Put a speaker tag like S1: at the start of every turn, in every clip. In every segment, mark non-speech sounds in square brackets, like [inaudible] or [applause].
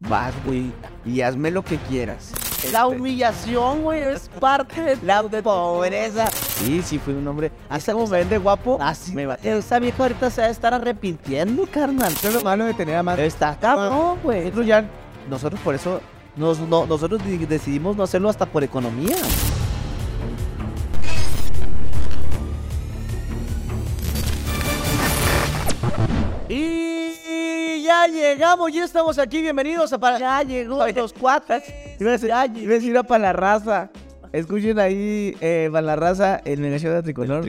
S1: vas, güey, y hazme lo que quieras. Este.
S2: La humillación, güey, es parte de la pobreza.
S1: Sí, sí, fui un hombre. Ah,
S2: Hasta como me vende guapo, así me va. Esa vieja ahorita se va a estar arrepintiendo, carnal.
S1: Eso es lo malo de tener a más.
S2: Está cabrón, güey.
S1: Nosotros ya, nosotros por eso, nos- no- nosotros di- decidimos no hacerlo hasta por economía.
S2: Y ya llegamos, ya estamos aquí, bienvenidos a para... Ya llegó los cuatro.
S1: Iba a decir, iba a decir a Palarraza. Escuchen ahí, eh, Palarraza, el negación de Tricolor.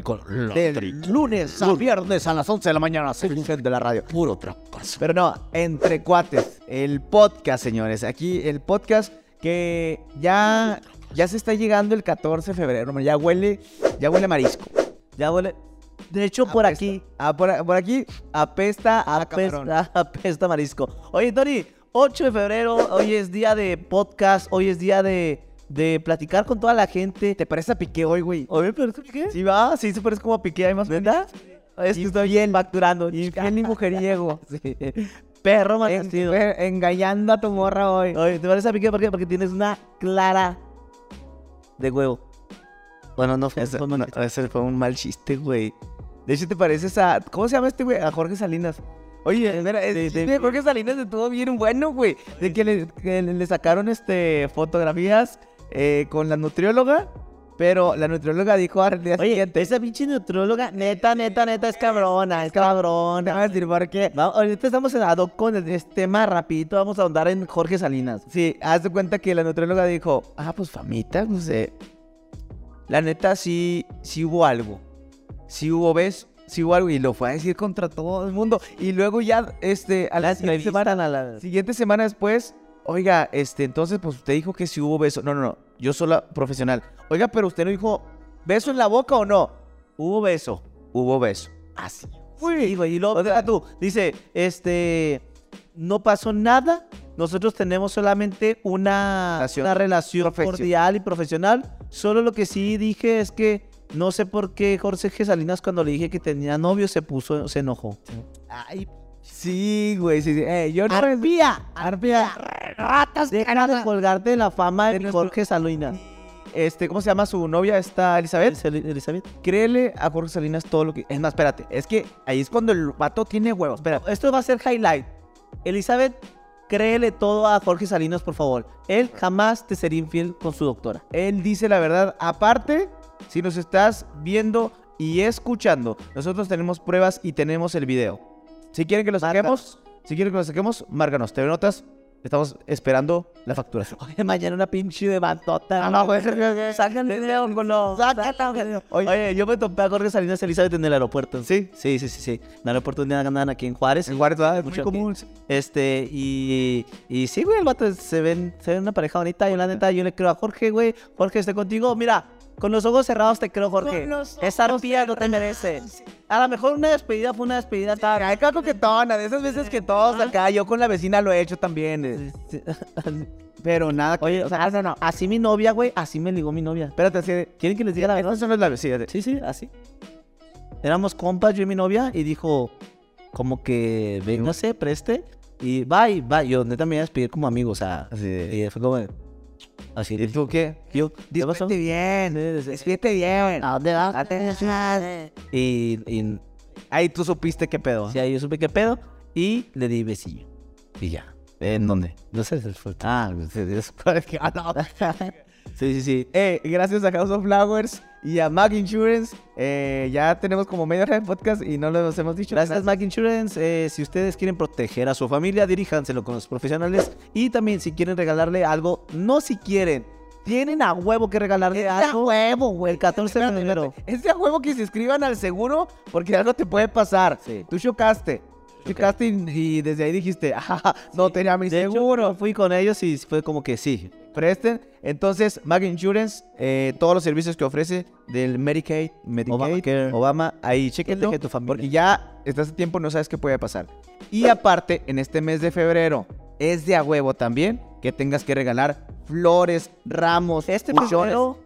S2: Del lunes a viernes a las 11 de la mañana, se de la radio. Puro trapazo.
S1: Pero no, entre cuates, el podcast, señores. Aquí el podcast que ya, ya se está llegando el 14 de febrero. hombre, Ya huele, ya huele a marisco. Ya huele
S2: De hecho, por
S1: apesta.
S2: aquí,
S1: Ah, por, a- por aquí apesta a camarón.
S2: apesta, [laughs] apesta marisco. Oye, Tony, 8 de febrero, hoy es día de podcast, hoy es día de, de platicar con toda la gente.
S1: ¿Te parece a piqué hoy, güey?
S2: Oye, pero ¿tú qué?
S1: Sí, va, sí, se parece como a piqué, además.
S2: ¿Verdad? Es que estoy bien facturando.
S1: Y bien ni [laughs] mujeriego.
S2: Sí. Perro
S1: En-
S2: malnacido.
S1: engañando a tu morra hoy.
S2: Oye, ¿te parece a Piqué? ¿Por qué? Porque tienes una clara de huevo. Bueno, no fue.
S1: Ese,
S2: no, no.
S1: no, ese fue un mal chiste, güey. De hecho, te pareces a. ¿Cómo se llama este, güey? A Jorge Salinas. Oye, Eh, mira, el
S2: de-
S1: chiste de Jorge Salinas estuvo bien bueno, güey. De que le, que le- le sacaron este, fotografías eh, con la nutrióloga, pero la nutrióloga dijo al día
S2: Oye,
S1: siguiente.
S2: esa pinche neutróloga, neta, neta, neta, es cabrona, es
S1: Te
S2: cabrona.
S1: voy a decir por qué.
S2: Vamos, ahorita estamos en ad con el este tema rapidito, vamos a ahondar en Jorge Salinas.
S1: Sí, haz de cuenta que la nutrióloga dijo: Ah, pues famita, no sé. La neta, sí, sí hubo algo. si hubo ves, si hubo algo, y lo fue a decir contra todo el mundo. Y luego ya, este, a la
S2: Las me
S1: siguiente semana,
S2: disparan a la...
S1: siguiente semana después, oiga, este, entonces, pues usted dijo que si hubo beso. No, no, no, yo sola profesional. Oiga, pero usted no dijo beso en la boca o no. Hubo beso, hubo beso.
S2: Así. Sí, güey, y luego,
S1: ah,
S2: deja tú, dice, este, no pasó nada, nosotros tenemos solamente una
S1: Relación.
S2: una relación
S1: Profesio-
S2: cordial y profesional, solo lo que sí dije es que no sé por qué Jorge G. Salinas cuando le dije que tenía novio se puso, se enojó. Ay,
S1: Sí, güey, sí, sí. Eh, yo no.
S2: arpía,
S1: Arpia,
S2: ratas, deja de colgarte de la fama
S1: De
S2: de
S1: nuestro-
S2: Jorge Salinas.
S1: este, ¿cómo se llama su novia? Está Elizabeth.
S2: Elis- Elizabeth.
S1: Créele a Jorge Salinas todo lo que. Es más, espérate, es que ahí es cuando el vato tiene huevos. Espera,
S2: Esto va a ser highlight. Elizabeth, créele todo a Jorge Salinas, por favor. Él jamás te sería infiel con su doctora.
S1: Él dice la verdad. Aparte, si nos estás viendo y escuchando, nosotros tenemos pruebas y tenemos el video. Si quieren que lo saquemos, si quieren que lo saquemos, márganos. Te notas. Estamos esperando la facturación.
S2: Oye, mañana una pinche de bandota. Ah, No, güey. Sácale video con los. Oye, Oye, yo me topé a Jorge Salinas y Elizabeth en el aeropuerto.
S1: Sí.
S2: Sí, sí, sí, sí. En el aeropuerto de andan aquí en Juárez.
S1: [laughs] En Juárez, ¿verdad? Es muy
S2: Mucho
S1: común.
S2: Este, y, y sí, güey, el vato es- se ven, se ven una pareja bonita. Yo, la neta, yo le creo a Jorge, güey. Jorge, estoy contigo. Mira, con los ojos cerrados te creo, Jorge.
S3: Con los
S2: Esa arpía no te merece. A lo mejor una despedida fue una despedida tal.
S1: Acá coquetona, de esas veces que todos acá, yo con la vecina lo he hecho también. eh.
S2: Este, [laughs]
S1: Pero nada.
S2: Oye, o sea, no, no, así mi novia, güey, así me ligó mi novia.
S1: Espérate, así de-
S2: ¿Quieren que les diga la verdad?
S1: No, eso no es la vecina.
S2: Sí, sí, así. Éramos compas, yo y mi novia, y dijo, como que, véngase, preste, y bye, bye. Yo neta me iba a despedir como amigo, o sea,
S1: Así de-
S2: y fue como, así.
S1: ¿Y tú qué?
S2: Yo, ¿qué pasó?
S1: bien.
S2: Sí, sí, sí.
S1: Despídete bien.
S2: ¿A dónde vas? Y, y
S1: Ahí tú supiste qué pedo.
S2: sí, ahí yo supe qué pedo, y le di besillo. Y ya.
S1: ¿En dónde?
S2: No sé, se fue.
S1: Ah, es [laughs] que ah,
S2: [laughs] Sí, sí, sí.
S1: Eh, gracias a House of Flowers y a Mac Insurance. eh, ya tenemos como media hora de podcast y no lo hemos dicho.
S2: Gracias, Mac Insurance. Eh, si ustedes quieren proteger a su familia, diríjanselo con los profesionales. Y también, si quieren regalarle algo, no si quieren, tienen a huevo que regalarle algo. huevo, güey. El 14 de febrero.
S1: Ese juego que se inscriban al seguro porque algo te puede pasar.
S2: Sí.
S1: Tú chocaste. Chocaste y, y desde ahí dijiste, ah, no tenía mi
S2: De hecho,
S1: seguro.
S2: yo fui con ellos y fue como que sí.
S1: Presten. Entonces, Mag Insurance, eh, todos los servicios que ofrece del Medicaid, Medicaid,
S2: Obamacare.
S1: Obama, ahí chequenlo.
S2: Protege tu familia.
S1: Porque ya estás a tiempo, no sabes qué puede pasar. Y aparte, en este mes de febrero, es de a huevo también que tengas que regalar flores, ramos,
S2: Este
S1: buchones.
S2: febrero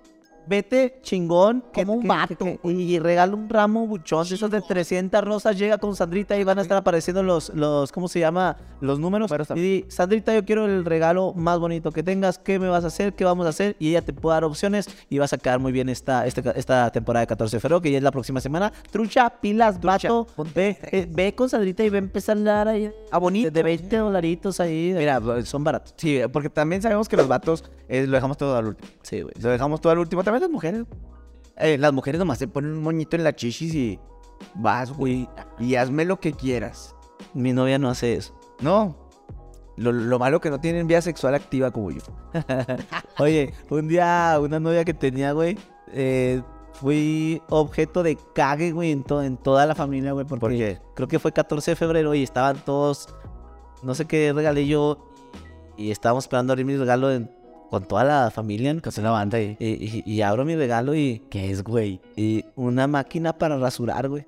S2: vete chingón.
S3: Como un vato,
S2: y regala un ramo buchón. de Esos de 300 rosas llega con Sandrita y van a estar apareciendo los, los ¿cómo se llama? Los números. Y di, Sandrita, yo quiero el regalo más bonito que tengas. ¿Qué me vas a hacer? ¿Qué vamos a hacer? Y ella te puede dar opciones y vas a quedar muy bien esta, esta, esta temporada de 14 de febrero, que ya es la próxima semana. Trucha, pilas, vato. Ve, eh, ve con Sandrita y ve a empezar a dar ahí.
S1: Ah, bonito.
S2: De 20 dolaritos ahí. Mira, son baratos.
S1: Sí, porque también sabemos que los vatos eh, lo dejamos todo al último.
S2: Sí, güey.
S1: Lo dejamos todo al último. También las mujeres. Eh, las mujeres nomás se ponen un moñito en la chichis y vas, güey, y hazme lo que quieras.
S2: Mi novia no hace eso.
S1: No. Lo, lo malo que no tienen vía sexual activa como yo.
S2: Oye, un día una novia que tenía, güey, eh, fui objeto de cague, güey, en, to- en toda la familia, güey, porque
S1: ¿Por qué?
S2: creo que fue 14 de febrero y estaban todos, no sé qué regalé yo, y estábamos esperando abrir mi regalo en- con toda la familia. ¿no?
S3: Casi la banda ahí.
S2: Y, y- y abro mi regalo y
S3: ¿Qué es, güey?
S2: y una máquina para rasurar, güey.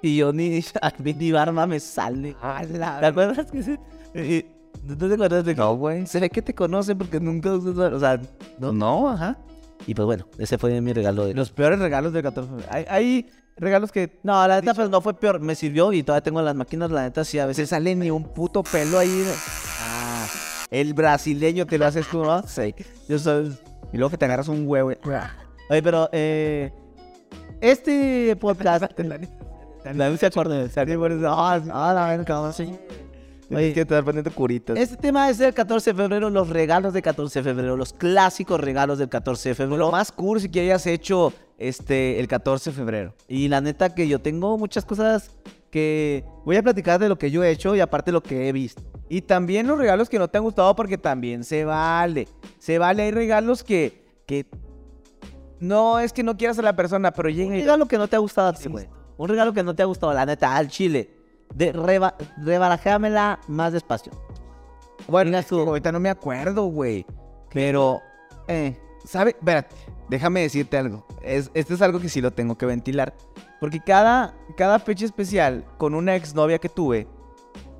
S2: Y yo ni, [laughs] a mí ni barba me sale. ¿Te acuerdas que se- y- ¿No te acuerdas de
S1: No, güey.
S2: Se ve que te conocen porque nunca usas barba, O sea, no.
S1: No, ajá.
S2: Y pues bueno, ese fue mi regalo. De...
S1: Los peores regalos del 14 de febrero. Hay, hay regalos que
S2: No, la neta, pues no fue peor. Me sirvió y todavía tengo las máquinas, la neta, sí, a
S1: se
S2: veces.
S1: sale ni un puto pelo ahí. Ah, el brasileño te lo haces tú, ¿no? Sí.
S2: Yo soy-
S1: Y luego que te agarras un huevo.
S2: Oye, pero eh, este podcast. Nadie se acuerda. se acuerda. ah,
S1: Tienes que estar poniendo curitas.
S2: Este tema es del 14 de febrero, los regalos del 14 de febrero, los clásicos regalos del 14 de febrero.
S1: Lo más cursi que hayas hecho este, el 14 de febrero.
S2: Y la neta que yo tengo muchas cosas que voy a platicar de lo que yo he hecho y aparte lo que he visto.
S1: Y también los regalos que no te han gustado porque también se vale. Se vale, hay regalos que, que no es que no quieras a la persona, pero llega
S2: Un
S1: y...
S2: regalo que no te ha gustado a ti, güey. Un regalo que no te ha gustado, la neta, al chile. De, reba, rebarajéamela más despacio.
S1: Bueno, es que ahorita no me acuerdo, güey. Pero, eh, ¿sabe? Espérate, déjame decirte algo. Es, esto es algo que sí lo tengo que ventilar. Porque cada, cada fecha especial con una exnovia que tuve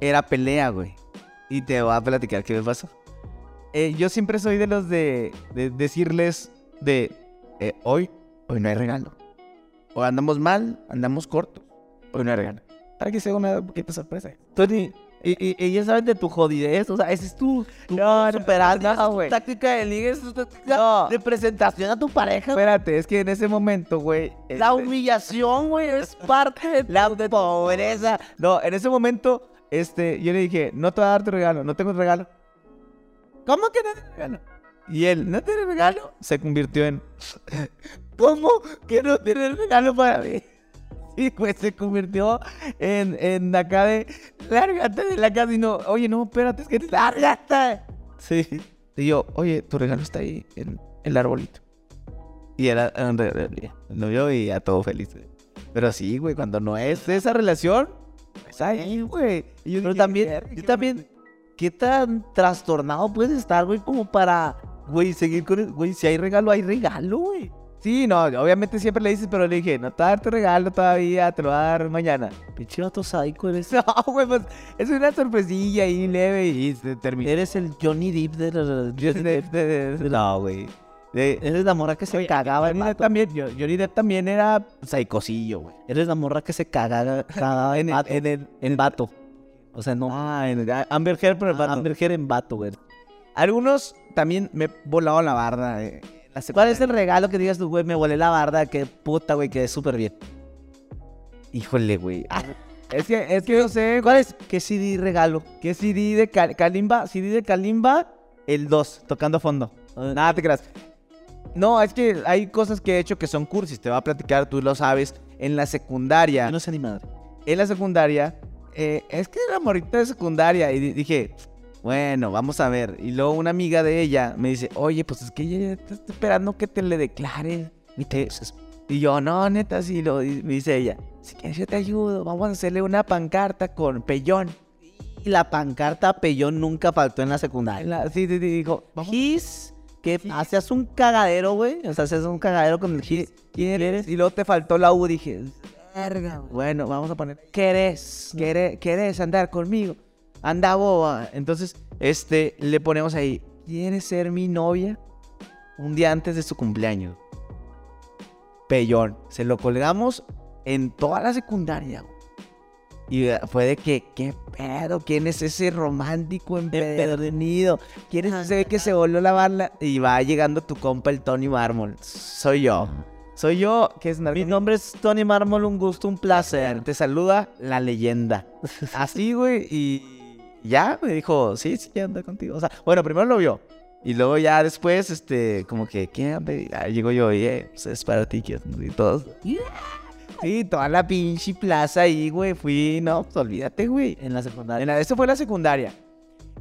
S1: era pelea, güey. Y te voy a platicar qué me pasó. Eh, yo siempre soy de los de, de decirles de eh, hoy, hoy no hay regalo. O andamos mal, andamos cortos. Hoy no hay regalo. Para que sea una poquita sorpresa.
S2: Tony, y, y, ellas saben de tu jodidez, o sea, ese es tu, tu
S1: No, no,
S2: superando,
S1: no,
S2: tu
S1: güey.
S2: táctica de liga, es tu táctica
S1: No.
S2: de presentación a tu pareja.
S1: Espérate, es que en ese momento, güey.
S2: La
S1: este-
S2: humillación, güey, es parte de la pobreza.
S1: No, en ese momento, este, yo le dije, no te voy a dar tu regalo, no tengo regalo. ¿Cómo que no tengo regalo? Y él, ¿no tiene regalo? Se convirtió en, [laughs] ¿cómo que no tiene regalo para mí? Y pues se convirtió en, en acá de, lárgate de la casa y no, oye, no, espérate, es que lárgate.
S2: Sí.
S1: Y yo, oye, tu regalo está ahí en el arbolito. Y era era un regalo. ya, Lo vio y ya todo feliz. Pero sí, güey, cuando no es esa relación, es ahí, güey. Y yo dije,
S2: Pero también,
S1: "Verga,
S2: yo
S1: qué
S2: también, ¿qué tan trastornado puedes estar, güey, como para, güey, seguir con el, güey, si hay regalo, hay regalo, güey?
S1: Sí, no, obviamente siempre le dices, pero le dije, no te voy a dar tu regalo todavía, te lo voy a dar mañana. [laughs]
S2: Pinche vato sádico [laughs] eres.
S1: No, güey, pues es una sorpresilla ahí leve y se terminó.
S2: Eres el Johnny Depp de la-
S1: Yo- de- de- de-
S2: No, güey.
S1: de-
S2: Eres la morra que se cagaba, el
S1: Johnny Depp
S2: vato.
S1: también, yo- Johnny Depp también era psicosillo, güey.
S2: Eres la morra que
S1: [laughs]
S2: se cagaba, cagaba en,
S1: En el-
S2: vato. en vato. O sea, no. Ah,
S1: Ah, en, Amber Heard, pero el vato.
S2: Amber Heard en vato, güey.
S1: Algunos también me volaban la barda. eh, en la
S2: ¿Cuál
S1: secundaria.
S2: es el regalo que digas tú, güey? Me volé la barda, que puta, güey, quedé súper bien.
S1: Híjole, güey. Ah, es que, es que yo sé
S2: ¿Cuál es? ¿Qué CD regalo?
S1: que CD de Ka- Kalimba, CD de Kalimba, el 2, tocando fondo.
S2: Ah.
S1: Nada, te creas. No, es que hay cosas que he hecho que son cursis, te voy a platicar, tú lo sabes. En la secundaria,
S2: Yo no sé ni madre.
S1: en la secundaria, eh, es que era morita de secundaria. Y di- dije, bueno, vamos a ver. Y luego una amiga de ella me dice, oye, pues es que ella está esperando que te le declares. Y, te- y yo, no, neta, sí. Lo, y me dice ella, si quieres yo te ayudo, vamos a hacerle una pancarta con pellón.
S2: Y la pancarta pellón nunca faltó en la
S1: En
S2: secundaria.
S1: la- sí, sí, sí, dijo, vamos.
S2: His, que hacías un cagadero, güey. O sea, hacías un cagadero con el his.
S1: ¿Quién eres? Y luego te faltó la U, dije,
S2: Verga, güey.
S1: bueno, vamos a poner, ¿querés? ¿Queré- ¿Querés andar conmigo? Anda boba. Entonces, este, le ponemos ahí, ¿quieres ser mi novia? Un día antes de su cumpleaños. pellón. Se lo colgamos en toda la secundaria, güey. Y eh, fue de que, ¿qué pedo? ¿Quién es ese romántico empedernido? ¿Quién es ese que se volvió a lavarla? Y va llegando tu compa, el Tony Mármol. Soy yo. Soy yo, que es
S2: Mi
S1: narco-
S2: nombre es Tony Mármol, un gusto, un placer.
S1: Te saluda la
S2: [laughs]
S1: leyenda. Así, güey, y ya me dijo, sí, sí, quiero andar contigo. O sea, bueno, primero lo vio. Y luego ya después, este, como que, ¿qué onda? Y ya Llego yo, y eh, pues es para ti, ¿quieres? Y todos. "Yeah". Sí, toda la pinche plaza ahí, güey. Fui, no, pues olvídate, güey.
S2: En la secundaria.
S1: En la- Eso fue la secundaria.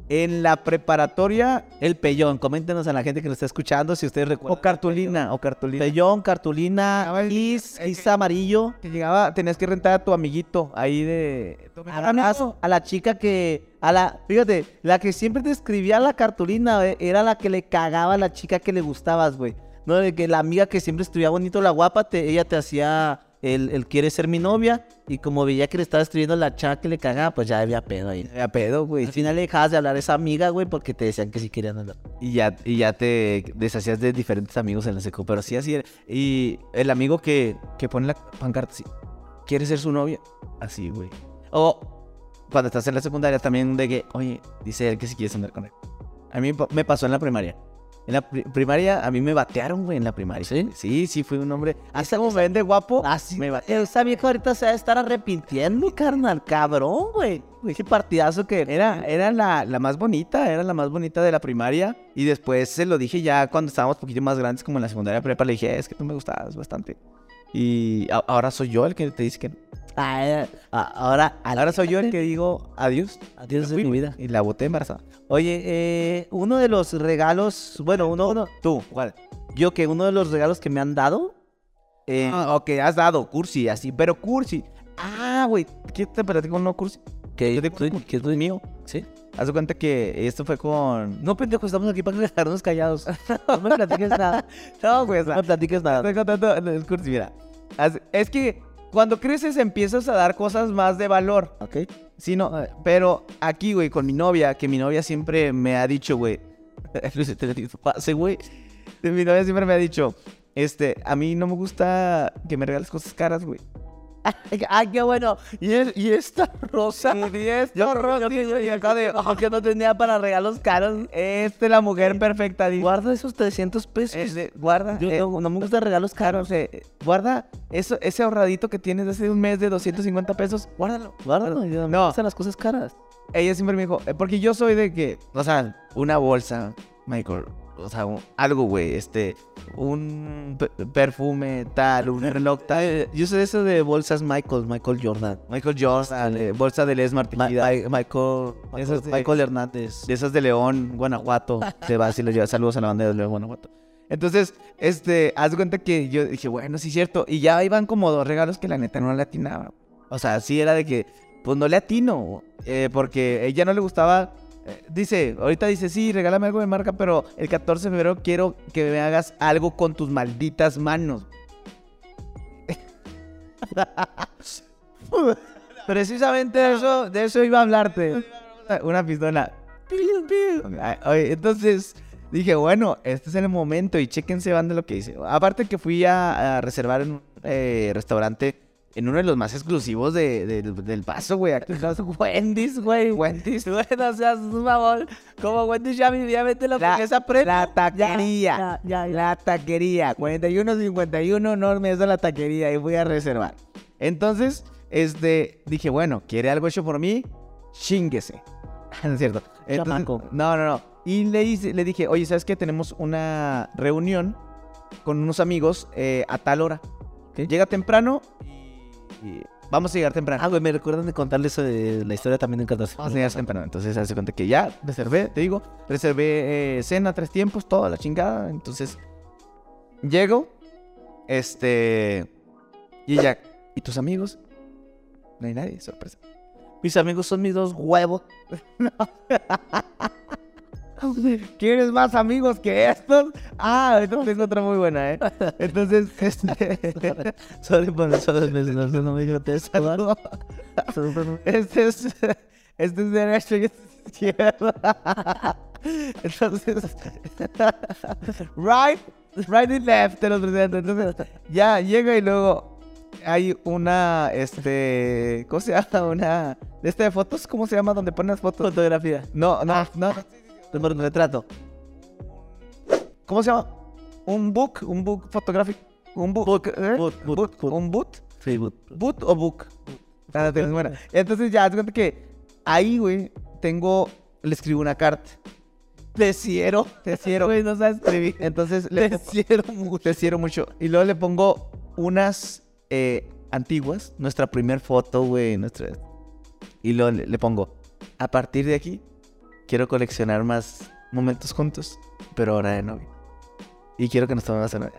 S1: En la preparatoria,
S2: El pellón, coméntenos a la gente que nos está escuchando si ustedes recuerdan.
S1: o cartulina, o cartulina. Ah,
S2: Pellón, cartulina,
S1: Acaba el-
S2: gis,
S1: el-
S2: gis amarillo.
S1: Te llegaba, tenías que rentar a tu amiguito ahí de.
S2: A la, a la chica que, a la, fíjate, la que siempre te escribía la cartulina eh, era la que le cagaba a la chica que le gustabas, güey. No, de que la amiga que siempre escribía bonito, la guapa, te- ella te hacía el, el quiere ser mi novia y como veía que le estaba escribiendo la chava que le cagaba, pues ya había pedo ahí.
S1: A pedo, güey.
S2: Al final le dejabas de hablar a esa amiga, güey, porque te decían que sí querían hablar.
S1: Y ya, y ya te deshacías de diferentes amigos en la seco. Pero sí, así era. Y el amigo que, que pone la pancarta, sí, quiere ser su novia. Así, güey. O cuando estás en la secundaria también de que, oye, dice él que si quieres andar con él. A mí pa- me pasó en la primaria. En la pri- primaria, a mí me batearon, güey, en la primaria.
S2: ¿Sí? Ah,
S1: Sí, sí, fui un hombre. Así
S2: Esa-
S1: como me ven de guapo,
S2: Así.
S1: me batearon.
S2: Esa vieja ahorita se va a estar arrepintiendo, carnal. Cabrón, güey. Qué partidazo que
S1: Era, era la, la más bonita, era la más bonita de la primaria. Y después se lo dije ya cuando estábamos un poquito más grandes, como en la secundaria prepa, le dije, es que tú me gustabas bastante. Y a- ahora soy yo el que te dice que no.
S2: Ah, eh, a- ahora, a la-
S1: Ahora soy yo el que digo adiós.
S2: Adiós de
S1: Fui,
S2: mi vida.
S1: Y la boté embarazada.
S2: Oye, eh, uno de los regalos, bueno, uno, uno-
S1: Tú, ¿cuál?
S2: yo que uno de los regalos que me han dado, eh,
S1: Ah, ok, has dado cursi, así, pero cursi. Ah, güey, ¿qué te parece con no cursi?
S2: que
S1: yo te cuento.
S2: que es lo mío, ¿sí?
S1: Haz de cuenta que esto fue con.
S2: No, pendejo, estamos aquí para quedarnos
S1: [laughs]
S2: callados. No me platiques nada. No,
S1: pues,
S2: güey, [laughs] no me platiques nada.
S1: Estoy contando el cursi, mira. Haz- Es que cuando creces empiezas a dar cosas más de valor.
S2: ¿Ok?
S1: Sí, no, eh, pero aquí, güey, con mi novia, que mi novia siempre me ha dicho, güey. [laughs] Luis, te metí tu pase, güey. Mi novia siempre me ha dicho, este, a mí no me gusta que me regales cosas caras, güey.
S2: Ah, qué bueno. Y, es- y esta rosa. Yo, yo, yo- yo- yo acá de, oh, que no tenía para regalos caros.
S1: Este, la mujer perfecta, dice.
S2: Guarda esos 300 pesos.
S1: Este, guarda,
S2: Yo
S1: eh,
S2: no, no me gustan regalos
S1: claro,
S2: caros.
S1: eh, guarda eso, ese ahorradito que tienes de hace un mes de 250 pesos, guárdalo.
S2: Guárdalo. yo No. me
S1: No.
S2: gustan las cosas caras.
S1: Ella siempre me dijo, eh, porque yo soy de que, o sea, una bolsa, Michael, o sea, un- algo, güey, este, un pe- perfume tal, un reloj tal.
S2: Yo sé de eso de bolsas Michael, Michael Jordan.
S1: Michael Jordan, eh, bolsa de Les Martín,
S2: Ma-
S1: de
S2: Ma- Michael,
S1: Esas
S2: Michael,
S1: de-
S2: Michael Hernández.
S1: esas de León, Guanajuato, te vas y lo llevas. Saludos a la banda de León, Guanajuato. Entonces, este, haz de cuenta que yo dije, bueno, sí, cierto. Y ya iban como dos regalos que la neta no le atinaba. O sea, sí era de que, pues no le atino, eh, porque ella no le gustaba. eh, Dice, ahorita dice, sí, regálame algo de marca, pero el 14 de febrero quiero que me hagas algo con tus malditas manos. Precisamente de eso, de eso iba a hablarte. Una pistola. Ay, oye, Entonces dije, bueno, este es el momento y chéquense, banda, lo que hice. Aparte que fui a, a reservar en un eh, restaurante, en uno de los más exclusivos de- de- del paso, güey. aquí en Plaza Juárez.
S2: Wendy's, güey. [laughs]
S1: Wendy's.
S2: Bueno, o sea, es un mamón. Como Wendy's ya vivía, mete la
S1: La-
S2: esa prenda.
S1: La taquería.
S2: Ya, ya, ya.
S1: La taquería. 41-51, no me hizo la taquería y voy a reservar. Entonces, este, dije, bueno, ¿quiere algo hecho por mí? Chinguese. [laughs] no es cierto. Entonces,
S2: Chamaco.
S1: no, no, no. Y le, hice- le dije, oye, ¿sabes qué? Tenemos una reunión con unos amigos eh, a tal hora.
S2: Ok.
S1: Llega temprano y vamos a llegar temprano.
S2: Ah, güey, me recuerdan de contarle eso de la historia también en 14.
S1: Vamos a llegar temprano. Entonces, hace cuenta que ya reservé, te digo, reservé eh, cena, tres tiempos, toda la chingada. Entonces, llego, este. Y ya, ¿y tus amigos? No hay nadie, sorpresa.
S2: Mis amigos son mis dos
S1: [laughs]
S2: huevos.
S1: ¿Quieres más amigos que estos? Ah, esta tengo otra muy buena, ¿eh? Entonces, este. [laughs]
S2: Sorry por eso, no, no me digo te
S1: Este es. [laughs] Este es derecho [laughs] y este es izquierda. [laughs] Entonces, [laughs] right, right y left te los presento. Entonces, ya llega y luego hay una, este, ¿cómo se llama? Una, de este de fotos, ¿cómo se llama? Donde ponen las fotos.
S2: Fotografía.
S1: No, no, no.
S2: Número de retrato.
S1: ¿Cómo se llama? Un book, un book fotográfico. Un book.
S2: Book,
S1: ¿eh?
S2: book, book, book.
S1: Un boot.
S2: Facebook.
S1: ¿Boot o book? Ah, no, tienes buena. Entonces ya, haz cuenta que ahí, güey, tengo, le escribo una carta. Te quiero, te quiero.
S2: Güey, no sabes escribir.
S1: Entonces le,
S2: Te quiero mucho.
S1: te quiero mucho. Y luego le pongo unas eh, antiguas, nuestra primer foto, güey, nuestra... Y luego le, le pongo, a partir de aquí, quiero coleccionar más momentos juntos, pero ahora de novio. Y quiero que nos tomemos a novia.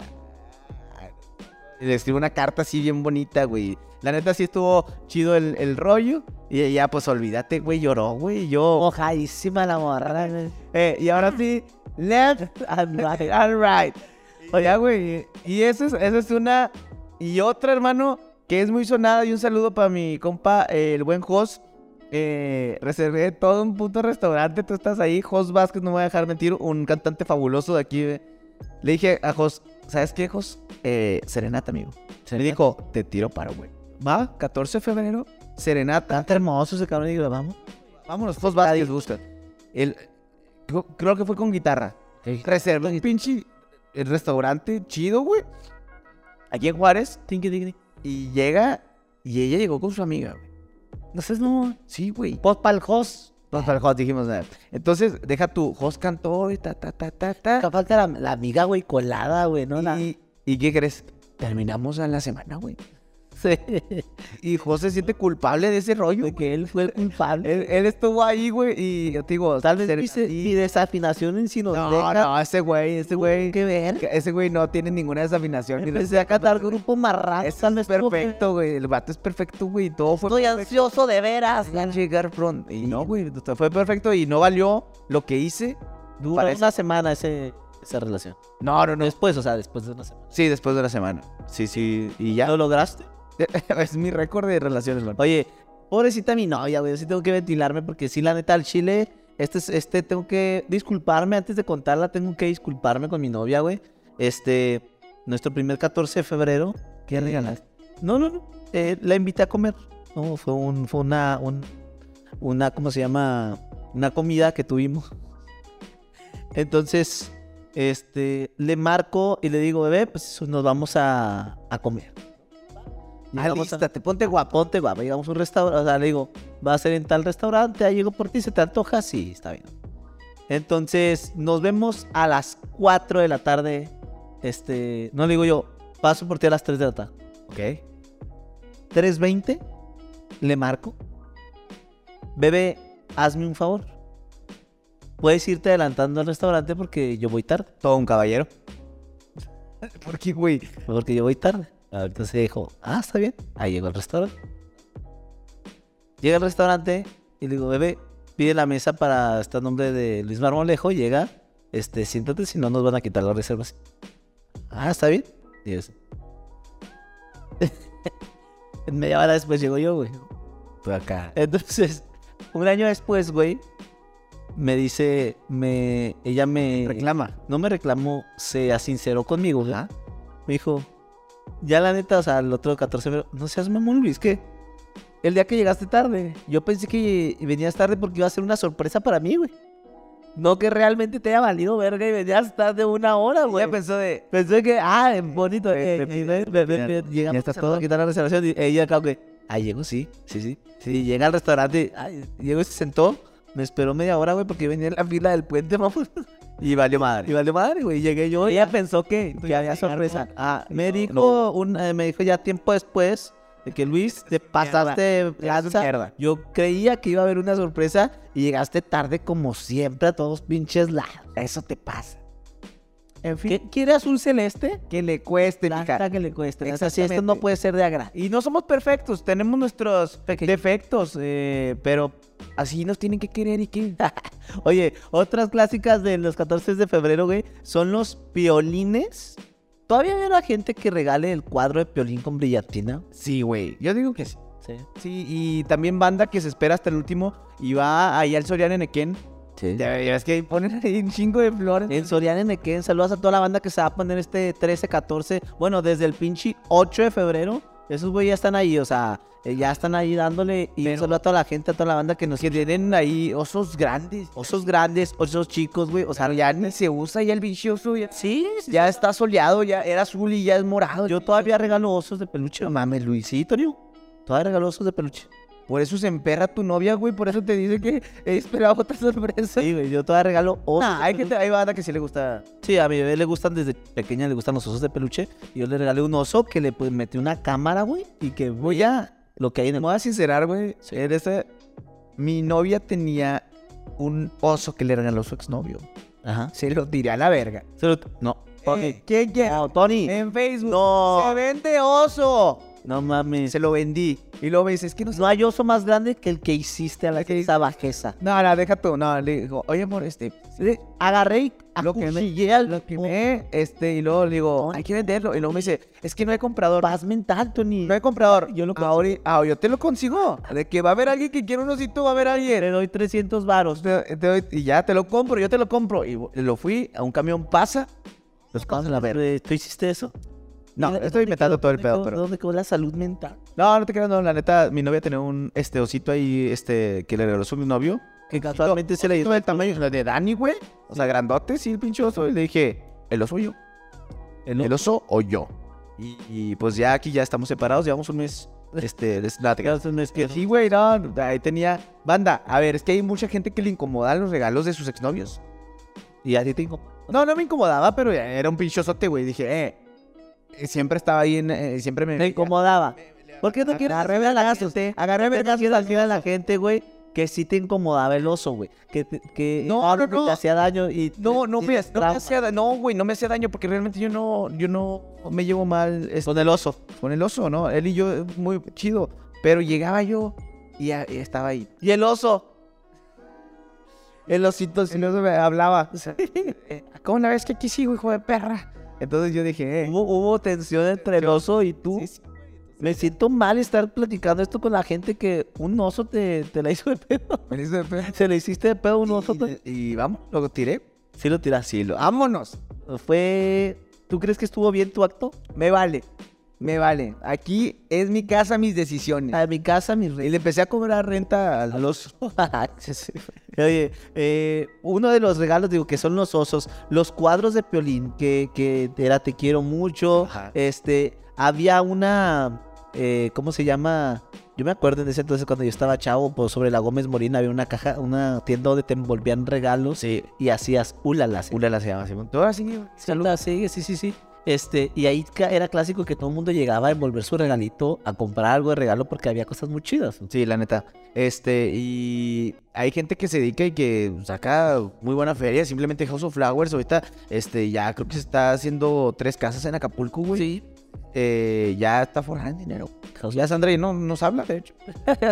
S1: Y le escribo una carta así bien bonita, güey. La neta sí estuvo chido el, el rollo. Y ya, pues olvídate, güey, lloró, güey. Yo...
S2: Oh. Mojadísima la morra, güey.
S1: Eh, y ahora sí, left and right, and right. Oye, güey, y esa es, esa es una... Y otra, hermano, que es muy sonada. Y un saludo para mi compa, eh, el buen host. Eh, reservé todo un puto restaurante. Tú estás ahí, Jos Vázquez, no me voy a dejar mentir. Un cantante fabuloso de aquí. eh. Le dije a Jos, ¿sabes qué, Jos? Eh, serenata, amigo. Me dijo, te tiro paro, güey. Va, 14 de febrero, serenata.
S2: Tanto hermoso ese cabrón. Digo, vamos.
S1: Vámonos, Jos Vázquez, gusta. El, creo- creo que fue con guitarra. Reserva un pinche eh, restaurante chido, güey. Aquí en Juárez.
S2: Tinky, tinky.
S1: Y llega. Y ella llegó con su amiga, güey.
S2: No seas no.
S1: Sí, güey.
S2: Post pa'l host.
S1: Nos al hot, dijimos nada. Entonces, deja tu host cantó y ta, ta, ta, ta,
S2: Acá
S1: ta.
S2: falta la, la amiga, güey, colada, güey, ¿no? La...
S1: Y, ¿Y qué crees? Terminamos en la semana, güey.
S2: Sí.
S1: Y José se siente culpable de ese rollo.
S2: De
S1: güey.
S2: que él fue el culpable.
S1: Él, él estuvo ahí, güey, y yo te digo,
S2: Tal vez
S1: ser-
S2: mi, se- mi desafinación en si nos
S1: No,
S2: deja.
S1: no, ese güey, ese güey.
S2: que ver.
S1: Ese güey no tiene ninguna desafinación. ni
S2: Empecé a cantar grupo marrano.
S1: Ese es perfecto, güey. El vato es perfecto, güey. Todo fue
S2: Estoy
S1: perfecto.
S2: ansioso de veras.
S1: Dejan llegar pronto. Y no, güey. o sea, Fue perfecto y no valió lo que hice.
S2: Dura
S1: Parece-
S2: una semana ese, esa relación.
S1: No, no, no.
S2: Después, o sea, después de una semana.
S1: Sí, después de la semana. Sí, sí. Y ya.
S2: ¿Lo lograste?
S1: [laughs] es mi récord de relaciones, man.
S2: Oye, pobrecita mi novia, güey. Yo sí tengo que ventilarme porque sí, la neta, al chile, este, es- este, tengo que disculparme antes de contarla. Tengo que disculparme con mi novia, güey. Este, nuestro primer 14 de febrero.
S1: ¿Qué regalaste?
S2: No, no, no. eh, la invité a comer. No, fue un, fue una, un- una, ¿cómo se llama? Una comida que tuvimos. Entonces, este, le marco y le digo, bebé, pues nos vamos a, a comer.
S1: Ah,
S2: Llegamos a-
S1: Alístate, ponte guapo.
S2: Ponte guapa, llegamos a un restaurante, o sea, le digo, va a ser en tal restaurante, ahí llego por ti, se te antoja, sí, está bien. Entonces, nos vemos a las 4 de la tarde, este, no le digo yo, paso por ti a las 3 de la tarde.
S1: Ok.
S2: 3.20, le marco. Bebé, hazme un favor. Puedes irte adelantando al restaurante porque yo voy tarde.
S1: Todo un caballero. ¿Por qué, güey?
S2: Porque yo voy tarde. Ahorita se dijo, ah, está bien. Ahí llegó al restaurante. Llega al restaurante y le digo, bebé, pide la mesa para este nombre de Luis Marmolejo. Llega, este, siéntate, si no nos van a quitar las reservas. Ah, está bien. Y eso. [laughs] En media hora después llego yo, güey.
S1: Tú acá.
S2: Entonces, un año después, güey, me dice, me, ella me
S1: Reclama.
S2: no me reclamó, se sinceró conmigo, ¿verdad? Me dijo, ya la neta, o sea, el otro 14 de febrero, no seas mamón, Luis, que el día que llegaste tarde, yo pensé que venías tarde porque iba a ser una sorpresa para mí, güey. No que realmente te haya valido verga y venías tarde una hora, güey.
S1: Ella pensó de.
S2: Pensé que, ah, bonito,
S1: Eh,
S2: eh,
S1: eh,
S2: eh, eh, eh, eh,
S1: ya
S2: llegamos
S1: estás
S2: a
S1: todo.
S2: quitar la reservación y ella acá que, ah, llegó, sí, sí, sí. Sí, llega al restaurante, ay, llegó y se sentó, me esperó media hora, güey, porque yo venía en la fila del puente, [laughs] mamón.
S1: Y valió
S2: Y
S1: madre.
S2: valió madre, güey, llegué yo. Ella pensó que, que había sorpresa. Ah, me dijo, un- eh, me dijo ya tiempo después de que Luis, te pasaste de
S1: Eres un
S2: lanza.
S1: mierda.
S2: Yo creía que iba a haber una sorpresa y llegaste tarde como siempre a todos pinches lados.
S1: Eso te pasa.
S2: En fin. ¿Quieres un celeste?
S1: Que le cueste, mija.
S2: Hasta que le cueste. Así, esto no
S1: Exactamente.
S2: puede ser de agrado.
S1: Y no somos perfectos, tenemos nuestros defectos, eh, pero así nos tienen que querer y que...
S2: [laughs] Oye, otras clásicas de los 14 de febrero, güey, son los piolines. Todavía habrá gente que regale el cuadro de piolín con brillantina.
S1: Sí, güey, yo digo que sí.
S3: Sí.
S1: Sí, y también banda que se espera hasta el último y va ahí al Soriano en Equén.
S3: Sí.
S1: Ya ya ves que ahí ponen ahí un chingo de flores.
S2: En Soriana, en Nequén, saludos a toda la banda que se va a poner este 13, 14, bueno, desde el pinche 8 de febrero. Esos güey ya están ahí, o sea, eh, ya están ahí dándole y un
S1: Pero-
S2: saludo a toda la gente, a toda la banda que nos...
S1: Que tienen ahí osos grandes.
S2: Osos grandes, osos chicos, güey, o sea, ya...
S1: ni se usa ya el bicho oso. Ya,
S2: Sí, sí,
S1: ya está soleado, ya era azul y ya es morado.
S2: Yo todavía regalo osos de peluche. No mames, Luisito, ¿no? Todavía regalo osos de peluche.
S1: Por eso se emperra tu novia, güey. Por eso te dice que he esperado otra sorpresa.
S2: Sí, güey, yo todavía regalo osos.
S1: Nah, Ah, hay, gente, hay banda que sí le gusta.
S2: Sí, a mi bebé le gustan desde pequeña, le gustan los osos de peluche. Y yo le regalé un oso que le pues, metí una cámara, güey, y que voy a lo que hay en
S1: Me
S2: el...
S1: voy a sincerar, güey. en ese- Mi novia tenía un oso que le regaló su exnovio.
S2: Ajá.
S1: Se lo tiré a la verga.
S2: Se lo- No.
S1: Eh, ¿Qué, qué?
S2: No, Tony.
S1: En Facebook.
S2: No.
S1: ¡Se vende oso!
S2: No mames.
S1: Se lo vendí. Y luego me dice, es que no sé.
S2: No hay oso más grande que el que hiciste a la
S1: que-
S2: esa bajeza.
S1: No, no, deja tú. No, le digo, oye, amor, este.
S2: Le Agarré y
S1: Lo que me-
S2: acuchillé al...
S1: Lo
S2: o-
S1: quemé, este, y luego le digo, hay que venderlo. Y luego me dice, es que no hay comprador.
S2: Paz mental, Tony.
S1: No hay comprador.
S2: Yo lo
S1: Ahora, ah, yo te lo consigo. De que va a haber alguien que quiera un osito, va a haber alguien.
S2: Le doy 300 varos.
S1: Te- te doy- y ya te lo compro, yo te lo compro. Y vo- lo fui, a un camión pasa.
S2: Los pasos a la verga. Eh, ¿Tú hiciste eso?
S1: No,
S2: Mira,
S1: estoy
S2: ¿dónde
S1: inventando
S2: quedó-
S1: todo el
S2: dónde
S1: pedo,
S2: quedó-
S1: pero.
S2: ¿Dónde quedó la salud mental?
S1: No, no te creas, no, la neta, mi novia tenía un este osito ahí, este, que le regaló su novio.
S2: Que casualmente se le
S1: Todo el tamaño de Dani, güey. O sea, grandote, sí, el pinche oso. Y le dije, el oso o yo.
S2: El
S1: El oso o yo. Y, y, pues ya aquí ya estamos separados, llevamos un
S2: [laughs]
S1: mes. Este, es- no, te creas. Sí, güey, no, ahí tenía. Banda, a ver, es que hay mucha gente que le incomodan los regalos de sus exnovios.
S2: Y a ti te incomoda.
S1: No, no me incomodaba, pero ya era un pinchosote, güey. Dije, eh, eh, siempre estaba ahí, en, eh, siempre me...
S2: Me incomodaba. ¿Por qué no quieres
S1: Agarré
S2: a la gente? Agarré a vergas al final a la gente, güey. Que sí te incomodaba el oso, güey. Que, te- que
S1: No,
S2: ahora
S1: no, no.
S2: te hacía daño y...
S1: No, no,
S2: y
S1: me,
S2: te
S1: no me
S2: trauma.
S1: hacía da- no, güey, no me hacía daño porque realmente yo no, yo no me llevo mal este, con el oso. Con el oso, ¿no? Él y yo, eh, muy chido. Pero llegaba yo y, a- y estaba ahí.
S2: Y el oso. El osito. sí.
S1: El oso me hablaba. o sea, [laughs] eh, ¿Cómo la ves que aquí sigo, hijo de perra? Entonces yo dije, eh,
S2: Hubo, hubo tensión entre el oso y tú.
S1: sí, sí.
S2: Me siento mal estar platicando esto con la gente que un oso te, te la hizo de pedo. [laughs]
S1: me hice de [laughs] perra.
S2: Se le hiciste de pedo a un oso.
S1: Y, y vamos, lo tiré.
S2: Sí lo tiraste.
S1: Y lo- vámonos.
S2: Fue... ¿Tú crees que estuvo bien tu acto?
S1: Me vale, me vale. Aquí es mi casa, mis decisiones.
S2: A mi casa, mi rey.
S1: Y le empecé a cobrar renta al oso.
S2: [laughs] Oye, eh, uno de los regalos, digo, que son los osos, los cuadros de Piolín, que, que era Te quiero mucho,
S1: Ajá.
S2: este, había una, eh, ¿cómo se llama? Yo me acuerdo en ese entonces cuando yo estaba chavo, pues sobre la Gómez Morina había una caja, una tienda donde te envolvían regalos
S1: Sí,
S2: y hacías ulalas.
S1: una la se llama Simón. Todo así.
S2: Saludas, sí, sí, sí, sí. Este, y ahí ca- era clásico que todo el mundo llegaba a envolver su regalito, a comprar algo de regalo porque había cosas muy chidas.
S1: [laughs] Sí, la neta. Este, y hay gente que se dedica y que saca muy buena feria. Simplemente House of Flowers. Ahorita, este, ya creo que se está haciendo tres casas en Acapulco, güey. Sí. ya está forrada en dinero. Ya Sandra no nos habla, de hecho.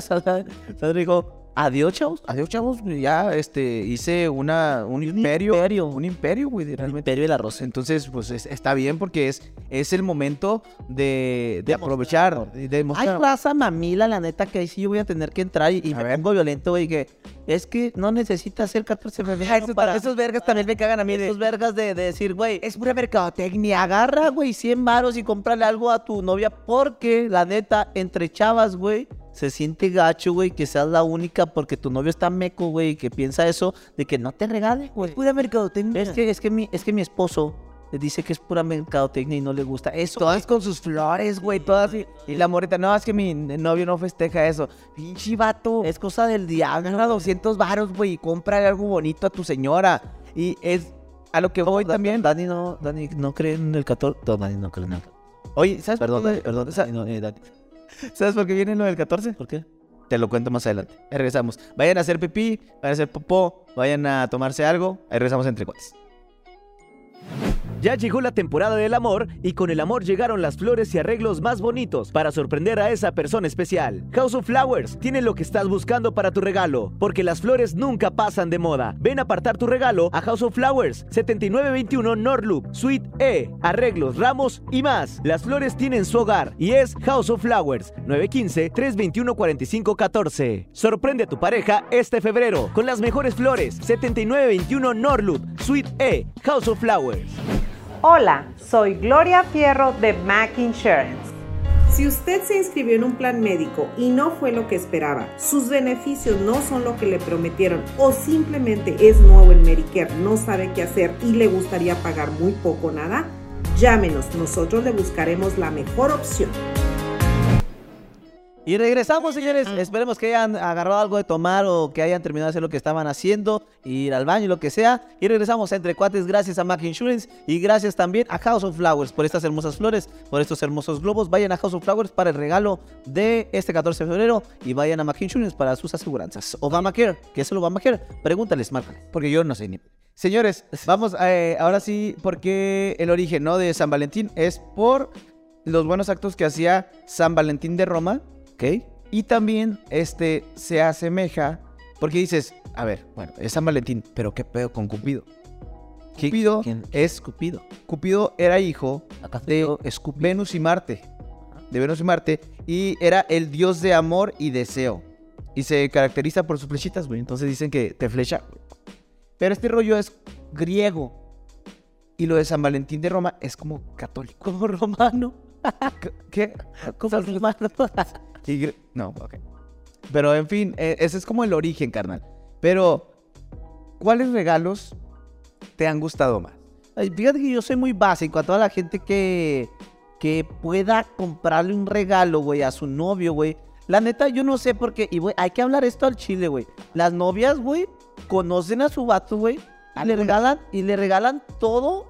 S2: Sandra Sandra dijo, adiós, chavos.
S1: Adiós, chavos. Ya, este, hice una, un imperio.
S2: imperio.
S1: Un imperio, güey,
S2: El
S1: realmente.
S2: imperio del arroz.
S1: Entonces, pues es- está bien porque es, es el momento de, de aprovechar, de, de
S2: Hay
S1: mostrar.
S2: raza mamila, la neta, que ahí sí yo voy a tener que entrar y, y
S1: A
S2: me
S1: ver.
S2: pongo violento, güey, que es que no necesitas ser 14 febrero
S1: Ay, esos- esos
S2: Ah, vergas también me cagan a mí. Esos vergas de, de decir, güey, es pura mercadotecnia. Agarra, güey, 100 varos y cómprale algo a tu novia porque, la neta, entre chavas, güey, se siente gacho, güey, que seas la única porque tu novio está meco, güey, y que piensa eso de que no te regale, güey.
S3: Pura mercadotecnia.
S2: Es que, es que, mi, es que mi esposo le dice que es pura mercadotecnia y no le gusta. Eso
S1: Todas con sus flores, güey, todas. Y, y la moreta, no, es que mi novio no festeja eso. Pinche vato,
S2: es cosa del diablo.
S1: gana 200 varos, güey, y cómprale algo bonito a tu señora. Y es a lo que voy
S2: Da-
S1: también.
S2: Dani no, Dani no cree en el 14. No, Dani no cree en el 14.
S1: Oye, ¿sabes,
S2: Perdón,
S1: por
S2: Dani,
S1: qué-
S2: perdón.
S1: sa-
S2: Dani, no, eh, Dani.
S1: ¿sabes por qué viene lo del 14?
S2: ¿Por qué?
S1: Te lo cuento más adelante. Ahí regresamos. Vayan a hacer pipí, vayan a hacer popó, vayan a tomarse algo. Ahí regresamos entre cuates.
S3: Ya llegó la temporada del amor y con el amor llegaron las flores y arreglos más bonitos para sorprender a esa persona especial. House of Flowers tiene lo que estás buscando para tu regalo, porque las flores nunca pasan de moda. Ven a apartar tu regalo a House of Flowers 7921 Norloop, Suite E, arreglos, ramos y más. Las flores tienen su hogar y es House of Flowers 915-321-4514. Sorprende a tu pareja este febrero con las mejores flores 7921 Norloop, Suite E, House of Flowers.
S4: Hola, soy Gloria Fierro de Mac Insurance.
S5: Si usted se inscribió en un plan médico y no fue lo que esperaba, sus beneficios no son lo que le prometieron o simplemente es nuevo en Medicare, no sabe qué hacer y le gustaría pagar muy poco o nada, llámenos, nosotros le buscaremos la mejor opción.
S2: Y regresamos, señores.
S1: Mm.
S2: Esperemos que hayan agarrado algo de tomar o que hayan terminado de hacer lo que estaban haciendo, ir al baño, lo que sea. Y regresamos a entre cuates gracias a Mac Insurance y gracias también a House of Flowers por estas hermosas flores, por estos hermosos globos. Vayan a House of Flowers para el regalo de este 14 de febrero y vayan a Mac Insurance para sus aseguranzas. Obamacare, ¿qué es el Obamacare? Pregúntales, márcale.
S1: Porque yo no sé ni. Señores, vamos eh, ahora sí, porque el origen ¿no? de San Valentín es por los buenos actos que hacía San Valentín de Roma.
S2: ¿Ok?
S1: Y también este se asemeja, porque dices, a ver, bueno, es San Valentín, pero qué pedo con Cupido.
S2: ¿Qui-
S1: Cupido
S2: quién
S1: es
S2: Cupido?
S1: Cupido era hijo
S2: Acá
S1: de
S2: yo es Cupido.
S1: Venus y Marte, de Venus y Marte, y era el dios de amor y deseo. Y se caracteriza por sus flechitas, güey. Entonces dicen que te flecha. güey. Pero este rollo es griego. Y lo de San Valentín de Roma es como católico. [laughs]
S2: Como romano.
S1: ¿Qué?
S2: Como romano.
S1: Y gr- No, ok. Pero en fin, eh, ese es como el origen, carnal. Pero, ¿cuáles regalos te han gustado más?
S2: Ay, Fíjate que yo soy muy básico a toda la gente que, que pueda comprarle un regalo, güey, a su novio, güey. La neta, yo no sé por qué. Y, güey, hay que hablar esto al chile, güey. Las novias, güey, conocen a su vato, güey. Y le regalan, y le regalan todo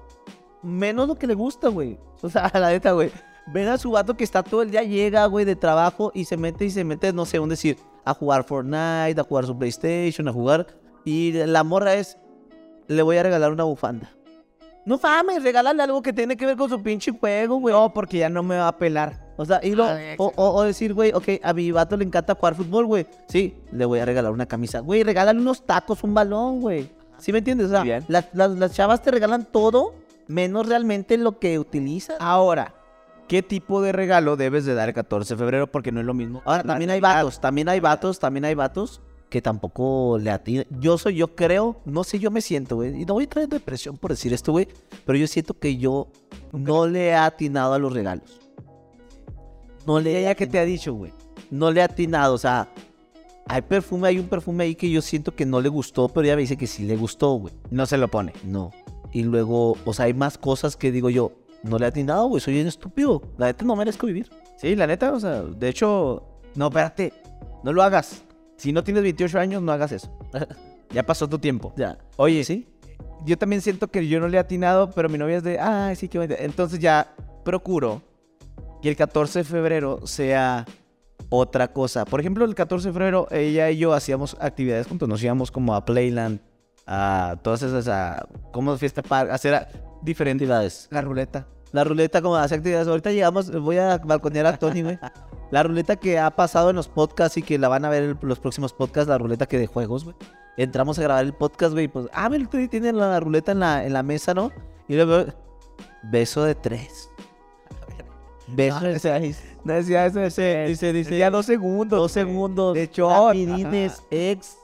S2: menos lo que le gusta, güey. O sea, [laughs] la neta, güey. Ven a su vato que está todo el día, llega, güey, de trabajo y se mete y se mete, no sé, un decir, a jugar Fortnite, a jugar su PlayStation, a jugar. Y la morra es, le voy a regalar una bufanda. No mames, regálale algo que tiene que ver con su pinche juego, güey. "Oh,
S1: No, porque ya no me va a pelar.
S2: O sea, y lo,
S1: Ay,
S2: o, o- o decir, güey, ok, a mi vato le encanta jugar fútbol, güey. Sí, le voy a regalar una camisa. Güey, regálale unos tacos, un balón, güey. ¿Sí me entiendes? O sea,
S3: Muy bien.
S2: Las, las- las chavas te regalan todo, menos realmente lo que utilizas.
S1: Ahora, ¿qué tipo de regalo debes de dar el 14 de febrero? Porque no es lo mismo.
S2: Ahora, también hay vatos, también hay vatos, también hay vatos que tampoco le atienden. Yo soy, yo creo, no sé, yo me siento, güey. Y no voy a traer depresión por decir esto, güey. Pero yo siento que yo no le he atinado a los regalos. No le
S1: ¿Qué te ha dicho, güey?
S2: no le he atinado, o sea, hay perfume, hay un perfume ahí que yo siento que no le gustó, pero ella me dice que sí le gustó, güey.
S1: No se lo pone.
S2: No. Y luego, o sea, hay más cosas que digo yo, no le he atinado, güey, soy un estúpido. La neta no merezco vivir.
S1: Sí, la neta, o sea, de hecho, no, espérate, no lo hagas. Si no tienes 28 años, no hagas
S2: [laughs]
S1: eso. Ya pasó tu tiempo.
S2: Ya.
S1: Oye,
S2: ¿Sí?
S1: yo también siento que yo no le he atinado, pero mi novia es de, ay, sí, qué bonita. Entonces ya procuro que el 14 de febrero sea otra cosa. Por ejemplo, el 14 de febrero ella y yo hacíamos actividades juntos, nos íbamos como a Playland, a todas esas, a como fiesta para hacer a- diferentes
S2: Actividades.
S1: la ruleta.
S2: La ruleta, como hace actividades. Ahorita llegamos, voy a balconear a
S1: [laughs]
S2: Tony, güey. La ruleta que ha pasado en los podcasts y que la van a ver en los próximos podcasts, la ruleta que de juegos, güey. Entramos a grabar el podcast, güey, y pues, ah, mira, ustedes tienen la, la ruleta en la, en la mesa, ¿no? Y luego, beso de tres. Beso de seis.
S1: No, decía eso, dice, dice, dice, ya dos segundos.
S2: Dos segundos.
S1: De hecho,
S2: rapidines, ex,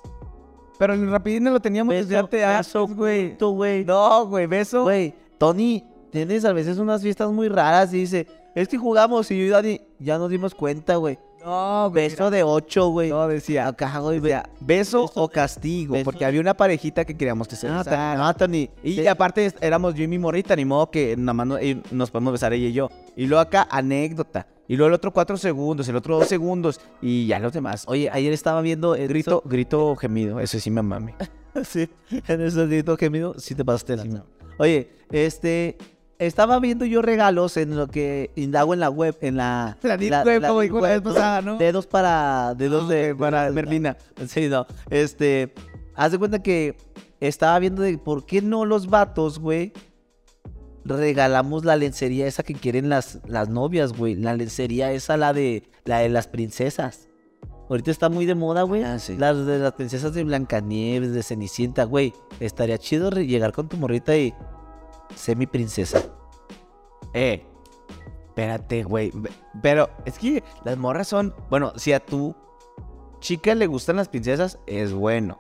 S1: Pero el rapidines lo teníamos
S2: Beso,
S1: desde hace
S2: beso,
S1: años, güey.
S2: tú, güey.
S1: No, güey, beso.
S2: Güey, Tony, tienes a veces unas fiestas muy raras y dice, es que jugamos y yo y Dani ya nos dimos cuenta, güey.
S1: No, güey.
S2: Beso de ocho, güey.
S1: No, decía.
S2: Acá, güey, güey.
S1: Beso Ah,
S2: Beso
S1: o castigo,
S2: beso.
S1: porque había una parejita que queríamos que se
S2: No,
S1: besara.
S2: no, Tony.
S1: Y
S2: te-
S1: aparte es- éramos yo y mi morrita, ni modo que nada más no- y nos podemos besar ella y yo. Y luego acá, anécdota. Y luego el otro cuatro segundos, el otro dos segundos, y ya los demás.
S2: Oye, ayer estaba viendo el
S1: Grito, grito gemido, eso sí me mame.
S2: [laughs] sí, en ese grito gemido, sí te pasaste. la lanza. Oye, este, estaba viendo yo regalos en lo que indago en la web, en la...
S1: [laughs] La deep web, como dijo la vez
S2: ¿no?
S1: pasada, ¿no?
S2: Dedos para...
S1: Ah,
S2: Dedos de...
S1: para
S2: Merlina. Sí, no. Este, haz de cuenta que estaba viendo de por qué no los vatos, güey, regalamos la lencería esa que quieren las, las novias, güey. La lencería esa, la de, la de las princesas. Ahorita está muy de moda, güey.
S1: Ah, sí.
S2: Las de las princesas de Blancanieves, de Cenicienta, güey. Estaría chido re- llegar con tu morrita y. Sé mi princesa.
S1: Eh, espérate, güey. ve- Pero es que las morras son. Bueno, si a tu chica le gustan las princesas, es bueno.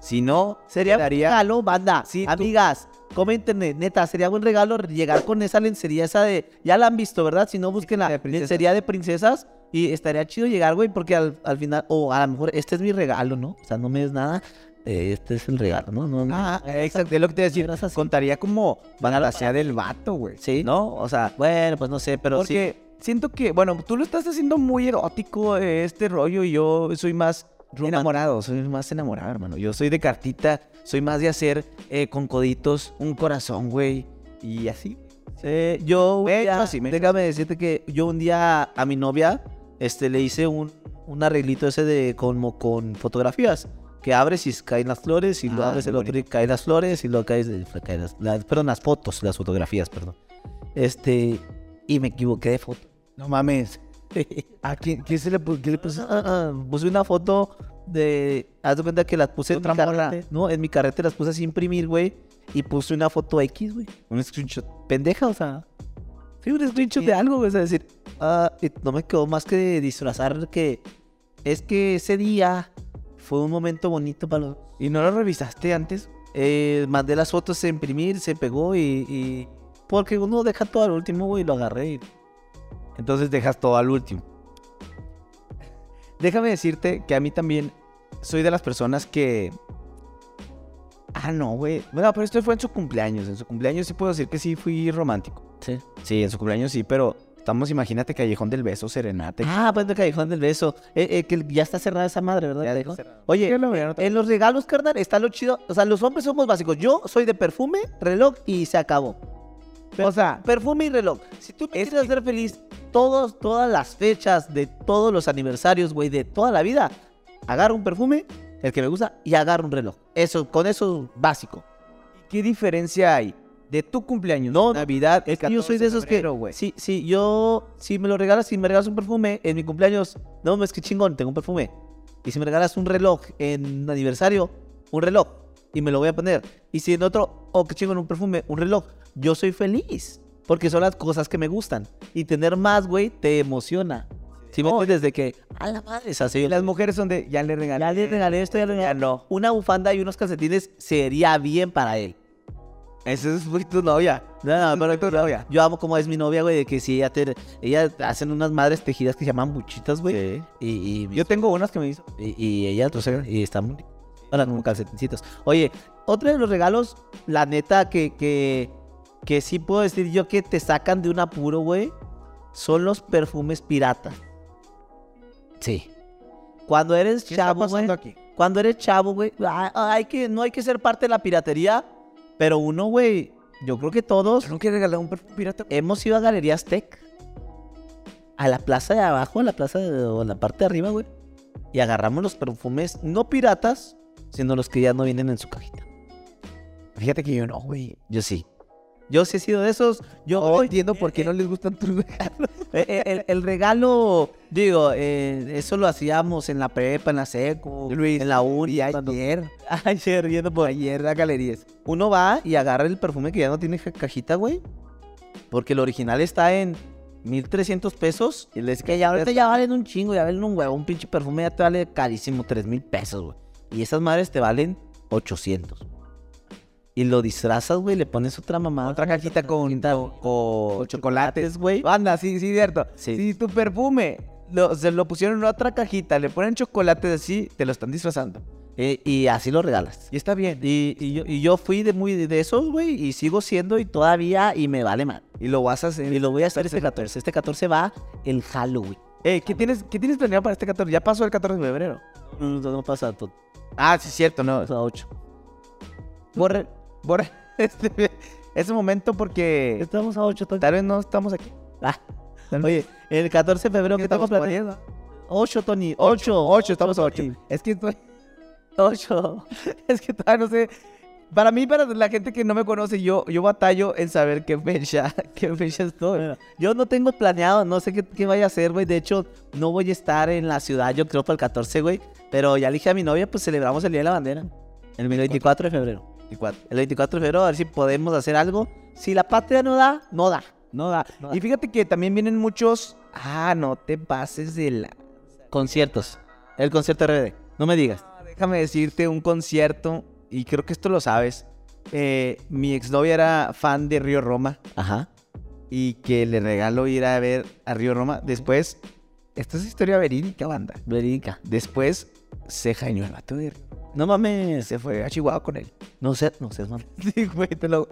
S1: Si no,
S2: Sería un
S1: Daría-
S2: regalo, banda.
S1: Sí, tú-
S2: Amigas, coméntenme, neta, sería buen regalo llegar con esa lencería esa de. Ya la han visto, ¿verdad? Si no, busquen la
S1: de princesas.
S2: lencería de princesas. Y estaría chido llegar, güey, porque al, al final, o a lo mejor este es mi regalo, ¿no? O sea, no me des nada. eh, este es el regalo, ¿no? no, no.
S1: Ah, exacto, es lo que te decía.
S2: Señoras así.
S1: Contaría como fantasía del vato, güey.
S2: Sí.
S1: ¿No? O sea,
S2: Bueno, pues no sé, pero sí.
S1: porque siento que, bueno, tú lo estás haciendo muy erótico eh, este rollo y yo
S2: pues
S1: soy más enamorado, soy más enamorado, hermano. Yo soy de cartita, soy más de hacer eh, con coditos un corazón, güey, y así.
S2: Eh, yo, un
S1: Me he hecho
S2: día-
S1: así, me he hecho
S2: déjame decirte que yo un día a mi novia este, le hice un, un arreglito ese de como con fotografías. Que abres y caen las flores, y lo
S1: Ah,
S2: abres
S1: muy
S2: el otro y caen las flores, y luego caes, eh, caen las, las- perdón, las fotos, las fotografías, perdón. Este, y me equivoqué de foto.
S1: No
S2: [laughs]
S1: mames. ¿A quién, quién se le, pu- qué le puso?
S2: Ah, ah, puse una foto de. Haz de cuenta que las puse en
S1: Otra
S2: mi
S1: morra.
S2: carrete, No, en mi carrete las puse así a imprimir, güey. Y puse una foto X, güey.
S1: Un screenshot.
S2: pendeja, o sea. Sí, un screenshot de algo, güey. O sea, decir, ah, y no me quedó más que disfrazar que es que ese día fue un momento bonito para los.
S1: ¿Y no lo revisaste antes?
S2: Eh, mandé las fotos a imprimir, se pegó y. y- porque uno deja todo al último, güey, lo agarré. y-
S1: Entonces dejas todo al último. Déjame decirte que a mí también soy de las personas que... Ah, no, güey. Bueno, pero esto fue en su cumpleaños. En su cumpleaños sí puedo decir que sí fui romántico.
S2: Sí.
S1: Sí, en su cumpleaños sí, pero estamos, imagínate, Callejón del Beso, Serenate.
S2: Ah, pues de Callejón del Beso. Eh, eh, que ya está cerrada esa madre, ¿verdad?
S1: Ya está
S2: Callejón?
S1: cerrada.
S2: Oye,
S1: Ya la abrieron otra
S2: en los regalos, carnal, está lo chido. O sea, los hombres somos básicos. Yo soy de perfume, reloj y se acabó.
S1: o sea,
S2: Perfume y reloj. Si tú me quieres hacer feliz todos, todas las fechas de todos los aniversarios, güey, de toda la vida, agarro un perfume, el que me gusta, y agarro un reloj. Eso, con eso básico.
S1: ¿qué diferencia hay de tu cumpleaños? No, Navidad, el
S2: Es que yo soy de esos que. Sí, sí, yo. Si me lo regalas, si me regalas un perfume en mi cumpleaños, no, es que chingón, tengo un perfume. Y si me regalas un reloj en un aniversario, un reloj, y me lo voy a poner. Y si en otro, oh, que chingón, un perfume, un reloj, yo soy feliz. Porque son las cosas que me gustan. Y tener más, güey, te emociona. Si me entiendes desde que, a la madre, se hace
S1: Oh. Las mujeres son de, ya le regalé.
S2: ya le regalé esto, ya le regalé.
S1: Ya no.
S2: Una bufanda y unos calcetines sería bien para él.
S1: Eso es fue tu novia.
S2: No, no,
S1: Fue tu novia.
S2: Yo amo como es mi novia, güey, de que si ella te... Ella hacen unas madres tejidas que se llaman buchitas, güey.
S1: Sí.
S2: Y, y,
S1: Yo tengo unas que me hizo.
S2: y, y ella, o sea, y están muy- Ahora como calcetincitos. Oye, otro de los regalos, la neta, que, que, que sí puedo decir yo que te sacan de un apuro, güey, son los perfumes piratas. Sí. Cuando eres
S1: ¿Qué está
S2: chavo, güey,
S1: pasando aquí?
S2: cuando eres chavo, güey, ah, ah, hay que, no hay que ser parte de la piratería, pero uno, güey, yo creo que todos
S1: Yo nunca he regalado un perfume pirata.
S2: hemos ido a Galerías Tech. A la plaza de abajo, a la plaza de, o la parte de arriba, güey. Y agarramos los perfumes, no piratas, sino los que ya no vienen en su cajita.
S1: Fíjate que yo no, güey.
S2: Yo sí. Yo sí he sido de esos. Yo
S1: Ahora
S2: hoy-
S1: entiendo por qué no les gustan tus regalos.
S2: [laughs] Eh, eh, el, el regalo, digo, eh, eso lo hacíamos en la prepa, en la seco,
S1: Luis,
S2: en la uni.
S1: y [laughs]
S2: cuando-
S1: ayer.
S2: Ayer, yendo por ayer a galerías. Uno va y agarra el perfume que ya no tiene ca- cajita, güey. Porque el original está en 1300 pesos. Y les que ya ahorita ya valen un chingo, ya valen un huevo. Un pinche perfume ya te vale carísimo, 3000 pesos, güey. Y esas madres te valen 800. Y lo disfrazas, güey, le pones otra mamada.
S1: Otra cajita con, con,
S2: con
S1: chocolates, güey.
S2: güey.
S1: Banda, sí, sí, cierto.
S2: Sí.
S1: Si tu perfume lo- se lo pusieron en otra cajita, le ponen chocolates así, te lo están disfrazando.
S2: eh, y así lo regalas.
S1: Y está bien.
S2: Y, y yo, y yo fui de muy de esos, güey, y sigo siendo y todavía, y me vale mal.
S1: Y lo vas a hacer.
S2: Y lo voy a hacer este 14. Este 14 va el Halloween.
S1: Eh, ¿qué tienes, ¿qué tienes planeado para este 14? Ya pasó el 14 de febrero.
S2: No, no, no pasa, to-
S1: Ah, sí, cierto, no.
S2: pasa 8.
S1: Borre, borre [laughs] este, ese momento porque
S2: Estamos a 8.
S1: tal vez no estamos aquí.
S2: ah. oye, el 14 de febrero, ¿qué tengo planeado? 8, Tony. 8.
S1: 8, estamos a 8.
S2: Tony.
S1: [laughs] Es que estoy-
S2: 8.
S1: es que todavía no sé Para mí, para la gente que no me conoce, yo, yo batallo en saber qué fecha, [laughs] qué fecha estoy.
S2: Bueno, yo no tengo planeado, no sé qué, qué vaya a hacer, güey. De hecho, no voy a estar en la ciudad, yo creo, para el 14, güey. Pero ya le dije a mi novia, pues celebramos el Día de la Bandera. El 24 de febrero.
S1: 24.
S2: El 24 de febrero, a ver si podemos hacer algo. Si la patria no da, no da.
S1: No da.
S2: No da.
S1: Y fíjate que también vienen muchos. Ah, no te pases de la.
S2: Conciertos. El concierto RBD. No me digas.
S1: Ah, Déjame decirte un concierto, y creo que esto lo sabes. Eh, mi exnovia era fan de Río Roma
S2: Ajá.
S1: y que le regaló ir a ver a Río Roma. Después, esta es historia verídica, banda.
S2: Verídica.
S1: Después se jañó el vato de Río Roma.
S2: No mames.
S1: Se fue a Chihuahua con él.
S2: No sé, no seas mal.
S1: [laughs] Sí, güey, te lo,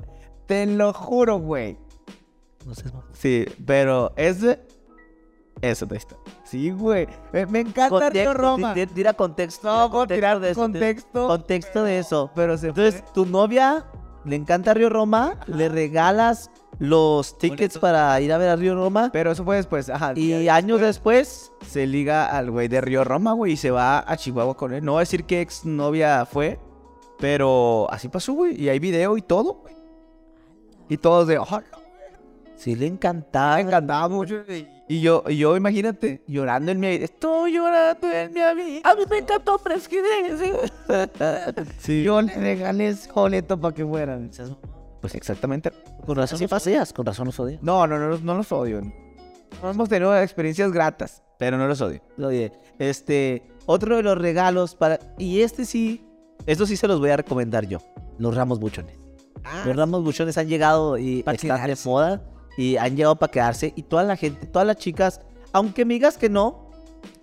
S1: te lo juro, güey.
S2: No seas mal.
S1: Sí, pero ese. Eso te está. Sí, güey. Me, me encanta Río Roma.
S2: Tira contexto.
S1: No, puedo
S2: contexto
S1: tirar
S2: de eso,
S1: contexto.
S2: Contexto de eso.
S1: pero se
S2: Entonces, tu novia le encanta Río Roma, le regalas los tickets para ir a ver a Río Roma
S1: Pero eso fue después. Ajá.
S2: y años después,
S1: se liga al güey de Río Roma, güey, y se va a Chihuahua con él. No voy a decir qué exnovia fue, pero así pasó, güey. Y hay video y todo, güey. Y todos de, ojalá,
S2: sí le encantaba.
S1: encantaba mucho. Y yo, y yo, imagínate, llorando en mi Estoy llorando en mi
S2: A mí me encantó Presquidez.
S1: Sí. Yo le regalé ese boleto para que fueran. Pues exactamente.
S2: Con razón los odias, con razón los odias.
S1: No, no, no, los- no los odio. No hemos tenido experiencias gratas, pero no los odio.
S2: Oye, este, otro de los regalos para... Y este sí, estos sí se los voy a recomendar yo. Los ramos buchones. Los ramos buchones han llegado y
S1: Pa'
S2: están de
S1: Ah, quedarse.
S2: moda y han llegado para quedarse. Y toda la gente, todas las chicas, aunque me digas que no,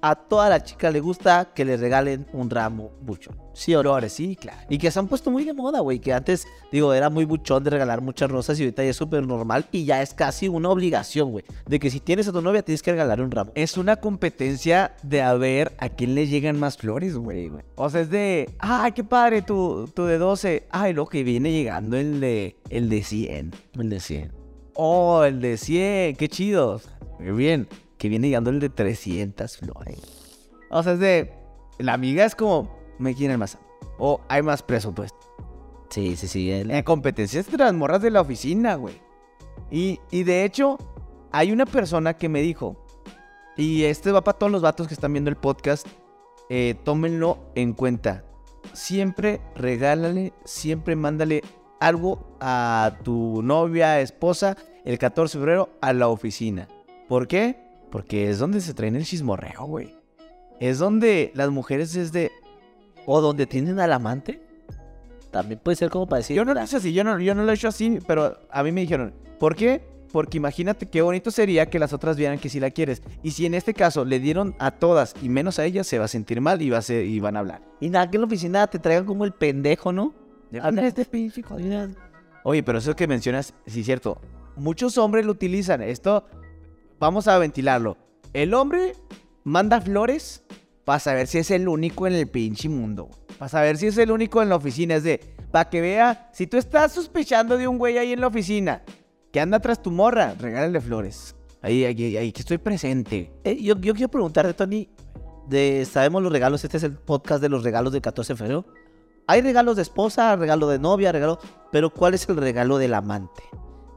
S2: a todas las chicas les gusta que les regalen un ramo buchón. Sí, olores, sí, claro. Y que se han puesto muy de moda, güey. Que antes, digo, era muy buchón de regalar muchas rosas y ahorita ya es súper normal y ya es casi una obligación, güey. De que si tienes a tu novia tienes que regalar un ramo.
S1: Es una competencia de a ver a quién le llegan más flores, güey. güey. O sea, es de, ay, qué padre, tu, tu de 12. Ay, lo que viene llegando el de, el de 100.
S2: El de 100.
S1: Oh, el de 100, qué chido. Muy bien, que viene llegando el de 300 flores. O sea, es de, la amiga es como, me quieren más. O hay más presupuesto.
S2: Sí, sí, sí. el-
S1: En competencias entre las morras de la oficina, güey. Y, y de hecho, hay una persona que me dijo, y este va para todos los vatos que están viendo el podcast, eh, tómenlo en cuenta. Siempre regálale, siempre mándale algo a tu novia, esposa, el 14 de febrero a la oficina. ¿Por qué? Porque es donde se traen el chismorreo, güey. Es donde las mujeres es de...
S2: O donde tienen al amante. También puede ser como para decir...
S1: Yo no lo hice así, yo no, yo no lo he hecho así, pero a mí me dijeron, ¿por qué? Porque imagínate qué bonito sería que las otras vieran que sí la quieres. Y si en este caso le dieron a todas y menos a ella, se va a sentir mal y, va a ser, y van a hablar.
S2: Y nada, que en la oficina te traigan como el pendejo, ¿no? Habla este pinche jodido.
S1: Oye, pero eso que mencionas, sí es cierto. Muchos hombres lo utilizan. Esto, vamos a ventilarlo. El hombre manda flores para saber si es el único en el pinche mundo. Para saber si es el único en la oficina. Es de, para que vea, si tú estás sospechando de un güey ahí en la oficina que anda tras tu morra, regálale flores. Ahí, ahí, ahí, que estoy presente.
S2: Eh, yo, yo quiero preguntarte, Tony, de sabemos los regalos, este es el podcast de los regalos del 14 de febrero. Hay regalos de esposa, regalo de novia, regalo, pero ¿cuál es el regalo del amante?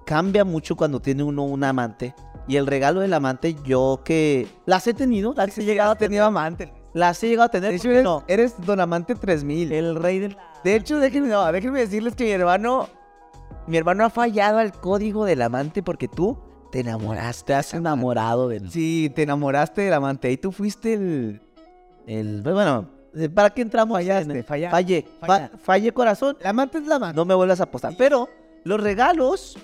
S2: Cambia mucho cuando tiene uno un amante. Y el regalo del amante, yo que las he tenido, las
S1: [laughs]
S2: he llegado a tener,
S1: amante.
S2: las he llegado a
S1: De
S2: tener,
S1: hecho,
S2: ¿por qué
S1: eres,
S2: no?
S1: eres Don Amante 3000.
S2: El rey del...
S1: De hecho, déjenme, no, déjenme decirles que mi hermano, mi hermano ha fallado al código del amante porque tú te enamoraste.
S2: Te has enamorado del...
S1: Sí, te enamoraste del amante y tú fuiste el... pues, eh,
S2: el bueno, ¿para qué entramos allá?
S1: Fallaste, falla-
S2: Falle, fa-
S1: falla-
S2: falle corazón.
S1: El amante es la amante.
S2: no me vuelvas a apostar. Pero los regalos,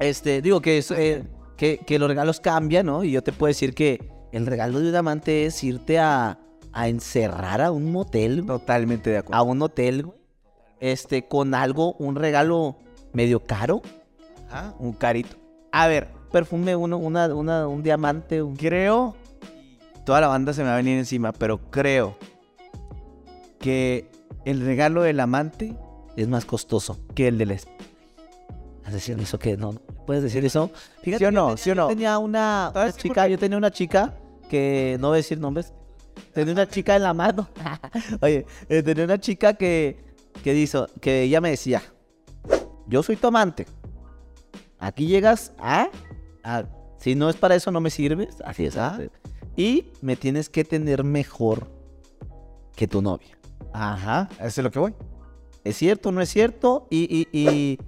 S2: este, digo que, es, eh, que, que los regalos cambian, ¿no? Y yo te puedo decir que el regalo de un amante es irte a, a encerrar a un motel, güey,
S1: Totalmente de acuerdo.
S2: a un hotel, güey, este, con algo, un regalo medio caro,
S1: Ajá, un carito.
S2: a ver, perfume, uno, una, una, un diamante, un...
S1: Creo, toda la banda se me va a venir encima, pero creo que el regalo del amante
S2: es más costoso.
S1: que el del esposo.
S2: ¿Vas a decir eso que no? no ¿Puedes decir eso?
S1: ¿Sí o
S2: yo
S1: no?
S2: tenía-
S1: ¿Sí o
S2: Yo
S1: no?
S2: tenía una, una
S1: sí,
S2: chica, yo tenía una chica que no voy a [laughs] decir nombres. Tenía una chica en la mano. Oye, eh, tenía una chica que que, dice, que ella me decía, yo soy tu amante. Aquí llegas a, a- si no es para eso no me sirves, así es. ¿ah? Y me tienes que tener mejor que tu novia.
S1: Ajá, a eso es lo que voy.
S2: ¿Es cierto o no es cierto? Y, y, y...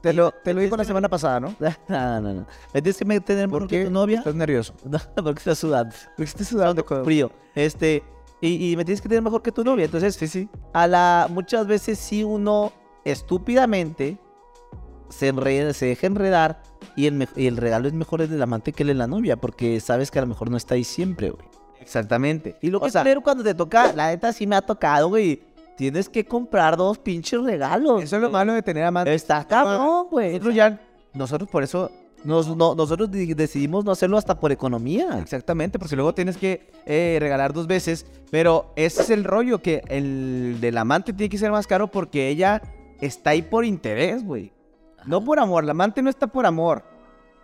S1: Te lo, te lo digo la semana pasada, ¿no?
S2: No, [laughs] no, no. Me tienes que me- tener mejor que tu novia.
S1: Estás nervioso.
S2: [laughs] No, porque estás sudando.
S1: Porque estoy sudando con...
S2: frío. Este, y, y me tienes que tener mejor que tu novia. Entonces,
S1: Sí, sí.
S2: a la, muchas veces si uno estúpidamente se, enreda- se deja enredar y el, me- y el regalo es mejor el del amante que el de la novia, porque sabes que a lo mejor no está ahí siempre, güey.
S1: Exactamente.
S2: Y lo
S1: O
S2: que
S1: sea,
S2: es peor cuando te toca, la neta sí me ha tocado, güey. Tienes que comprar dos pinches regalos.
S1: Eso es lo malo de tener amantes.
S2: Está cabrón, güey.
S1: Nosotros ya, nosotros por eso,
S2: Nos- no- nosotros di- decidimos no hacerlo hasta por economía.
S1: exactamente, porque luego tienes que eh, regalar dos veces, pero ese es el rollo, que el del amante tiene que ser más caro porque ella está ahí por interés, güey. No por amor, la amante no está por amor.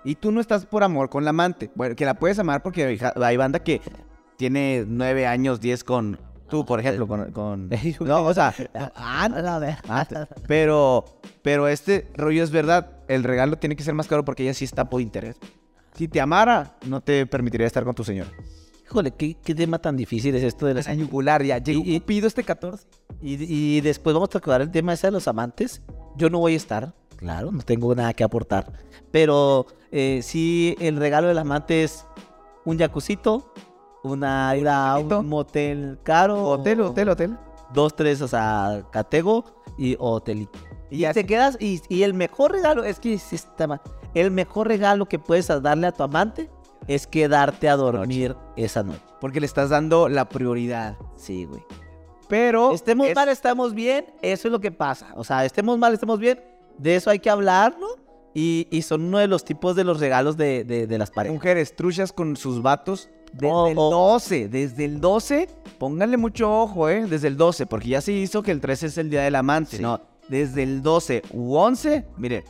S1: Y tú no estás por amor con la amante. Bueno, que la puedes amar porque hay ja- hay banda que tiene nueve años, diez con tú, por ejemplo, con... con- no, o sea,
S2: Ah, a ver.
S1: Pero, pero este rollo es verdad. El regalo tiene que ser más caro porque ella sí está por interés. Si te amara, no te permitiría estar con tu señor.
S2: Híjole, ¿qué, qué tema tan difícil es esto de las
S1: La yugular, ya. Llegó
S2: Y- y-
S1: Cupido este 14.
S2: Y, y después vamos a tocar el tema ese de los amantes. Yo no voy a estar, claro, no tengo nada que aportar. Pero eh, sí, el regalo del amante es un jacuzito, una ida a
S1: Hotelito.
S2: un motel caro.
S1: Hotel, hotel, hotel.
S2: Dos, tres, o sea, catego y hotelito.
S1: Y
S2: Y
S1: ya-
S2: te quedas, y, y el mejor regalo, es que sí está mal, el mejor regalo que puedes darle a tu amante es quedarte a dormir esa noche.
S1: Porque le estás dando la prioridad.
S2: Sí, güey.
S1: Pero.
S2: Estemos
S1: Este es-
S2: mal, estamos bien, eso es lo que pasa. O sea, estemos mal, estemos bien, de eso hay que hablarlo. Y, y son uno de los tipos de los regalos de, de- de las parejas.
S1: Mujeres truchas con sus vatos. Desde
S2: Oh,
S1: el
S2: oh.
S1: 12, desde el 12, pónganle mucho ojo, ¿eh? Desde el 12, porque ya se hizo que el 13 es el día del amante,
S2: Sí.
S1: ¿no? Desde el 12 u 11, mire,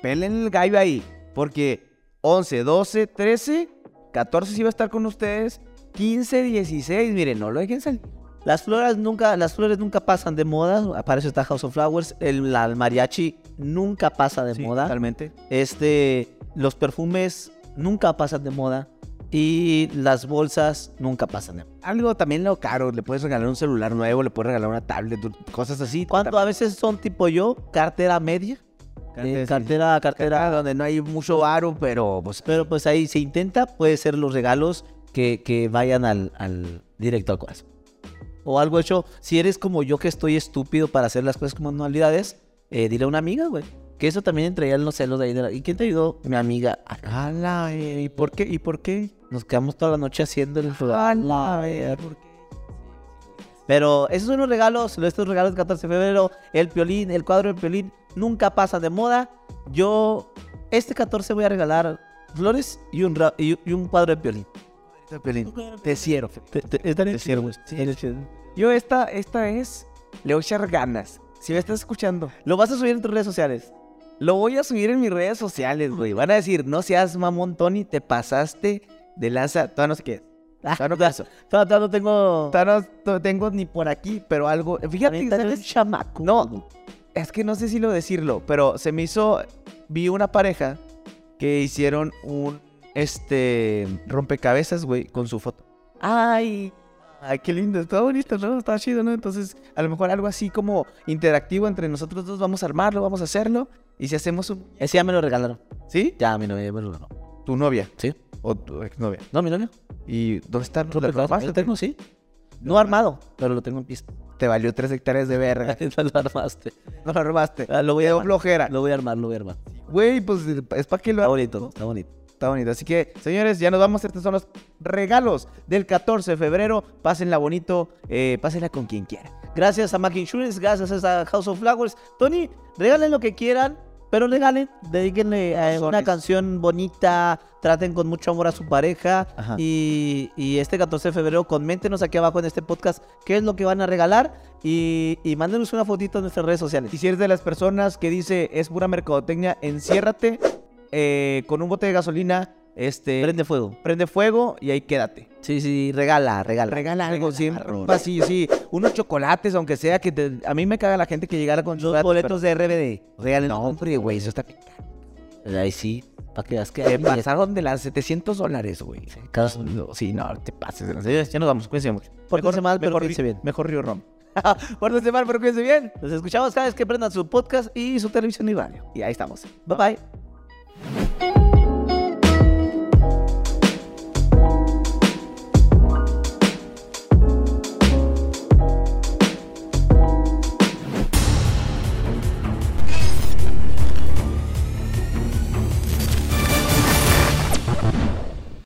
S1: pelen el gallo ahí, porque 11, 12, 13, 14 sí va a estar con ustedes, 15, 16, miren, no lo dejen salir.
S2: Las flores nunca, las flores nunca pasan de moda. Para eso está House of Flowers. El, la- el mariachi nunca pasa de
S1: Sí,
S2: moda.
S1: Totalmente.
S2: Este, los perfumes nunca pasan de moda. Y las bolsas nunca pasan de moda.
S1: Algo también lo caro, le puedes regalar un celular nuevo, le puedes regalar una tablet, cosas así.
S2: Cuando a veces son tipo yo, cartera media.
S1: Cartera,
S2: eh,
S1: sí.
S2: cartera, cartera,
S1: Era donde no hay mucho varo, pero pues
S2: Pero pues ahí se intenta, puede ser los regalos que, que vayan al, al- directo al corazón. O algo hecho, si eres como yo que estoy estúpido para hacer las cosas como manualidades, eh, dile a una amiga, güey. Que eso también entraía en los celos de ahí. de la- ¿Y quién te ayudó? Mi amiga. Ah,
S1: Ala, eh, ¿y por qué? ¿Y por qué?
S2: Nos quedamos toda la noche haciendo el
S1: Ala, eh, ¿por qué?
S2: Pero esos son los regalos, estos regalos del 14 de febrero, el piolín, el cuadro del piolín, nunca pasan de moda. Yo, este 14 voy a regalar flores y un, ra- y, y un cuadro de piolín.
S1: este Te cierro.
S2: Te, te- estaría
S1: Te
S2: chido,
S1: cierro,
S2: güey.
S1: sí.
S2: Estaría chido.
S1: Yo esta, esta es, le voy a echar ganas. Si me estás escuchando,
S2: Lo vas a subir en tus redes sociales.
S1: lo voy a subir en mis redes sociales, güey. Van a decir, no seas mamón, Tony, te pasaste de lanza. Todavía no sé qué.
S2: Ah,
S1: Todavía no
S2: ya.
S1: paso.
S2: Todavía todavía no tengo.
S1: Todavía no to- tengo ni por aquí, pero algo. Fíjate,
S2: También tengo
S1: ¿sabes?
S2: un chamaco.
S1: No, es que no sé si lo decirlo, pero se me hizo. Vi una pareja que hicieron un este rompecabezas, güey, con su foto.
S2: Ay.
S1: Ay, qué lindo, está bonito, ¿no? Está chido, ¿no? Entonces, a lo mejor algo así como interactivo entre nosotros dos, vamos a armarlo, vamos a hacerlo. Y si hacemos un.
S2: Ese ya me lo regalaron.
S1: ¿Sí?
S2: Ya, mi novia ya me lo regaló.
S1: Tu novia
S2: Sí.
S1: o tu exnovia.
S2: No, mi novia.
S1: ¿Y dónde está? ¿La
S2: Lo
S1: armaste?
S2: tengo, sí. No armado, pero lo tengo en pista.
S1: Te valió tres hectáreas de verga.
S2: [laughs] No lo armaste.
S1: No lo armaste.
S2: Ah, Lo voy a
S1: Quedó
S2: armar.
S1: flojera.
S2: Lo voy a armar, lo voy a armar.
S1: Güey, pues es para que lo
S2: Está bonito, está bonito.
S1: Está bonito. Así que, señores, ya nos vamos. Estos son los regalos del 14 de febrero. Pásenla bonito, eh, pásenla con quien quiera.
S2: Gracias a Mac Insurance, gracias a House of Flowers. Tony, regalen lo que quieran, pero regalen, dedíquenle a una canción bonita, traten con mucho amor a su pareja.
S1: Ajá.
S2: Y, y este 14 de febrero, coméntenos aquí abajo en este podcast qué es lo que van a regalar y, y mándenos una fotito en nuestras redes sociales.
S1: Y si eres de las personas que dice es pura mercadotecnia, enciérrate eh, con un bote de gasolina
S2: Este, prende,
S1: Prende fuego.
S2: fuego y ahí quédate.
S1: Sí, sí, regala, regala.
S2: Regala algo siempre.
S1: algo.
S2: ropa, sí, sí. Unos chocolates, aunque sea que te- a mí me caga la gente que llegara con
S1: Los
S2: chocolates.
S1: boletos de RBD. Regalen. No, hombre, güey, eso está picante. Ahí sí, para que veas que...
S2: pero Te pasaron de las 700 dólares, güey.
S1: Cada-
S2: No, Sí, no, te pases. de las- Ya ya nos vamos, cuídense mucho.
S1: Pórtense mal, pero
S2: mejor
S1: cuídense
S2: Ri-
S1: bien.
S2: Mejor Río Rom. [laughs] Pórtense mal, pero cuídense bien.
S1: Nos escuchamos cada vez que prendan su podcast y su televisión y radio.
S2: Y ahí estamos.
S1: Bye bye.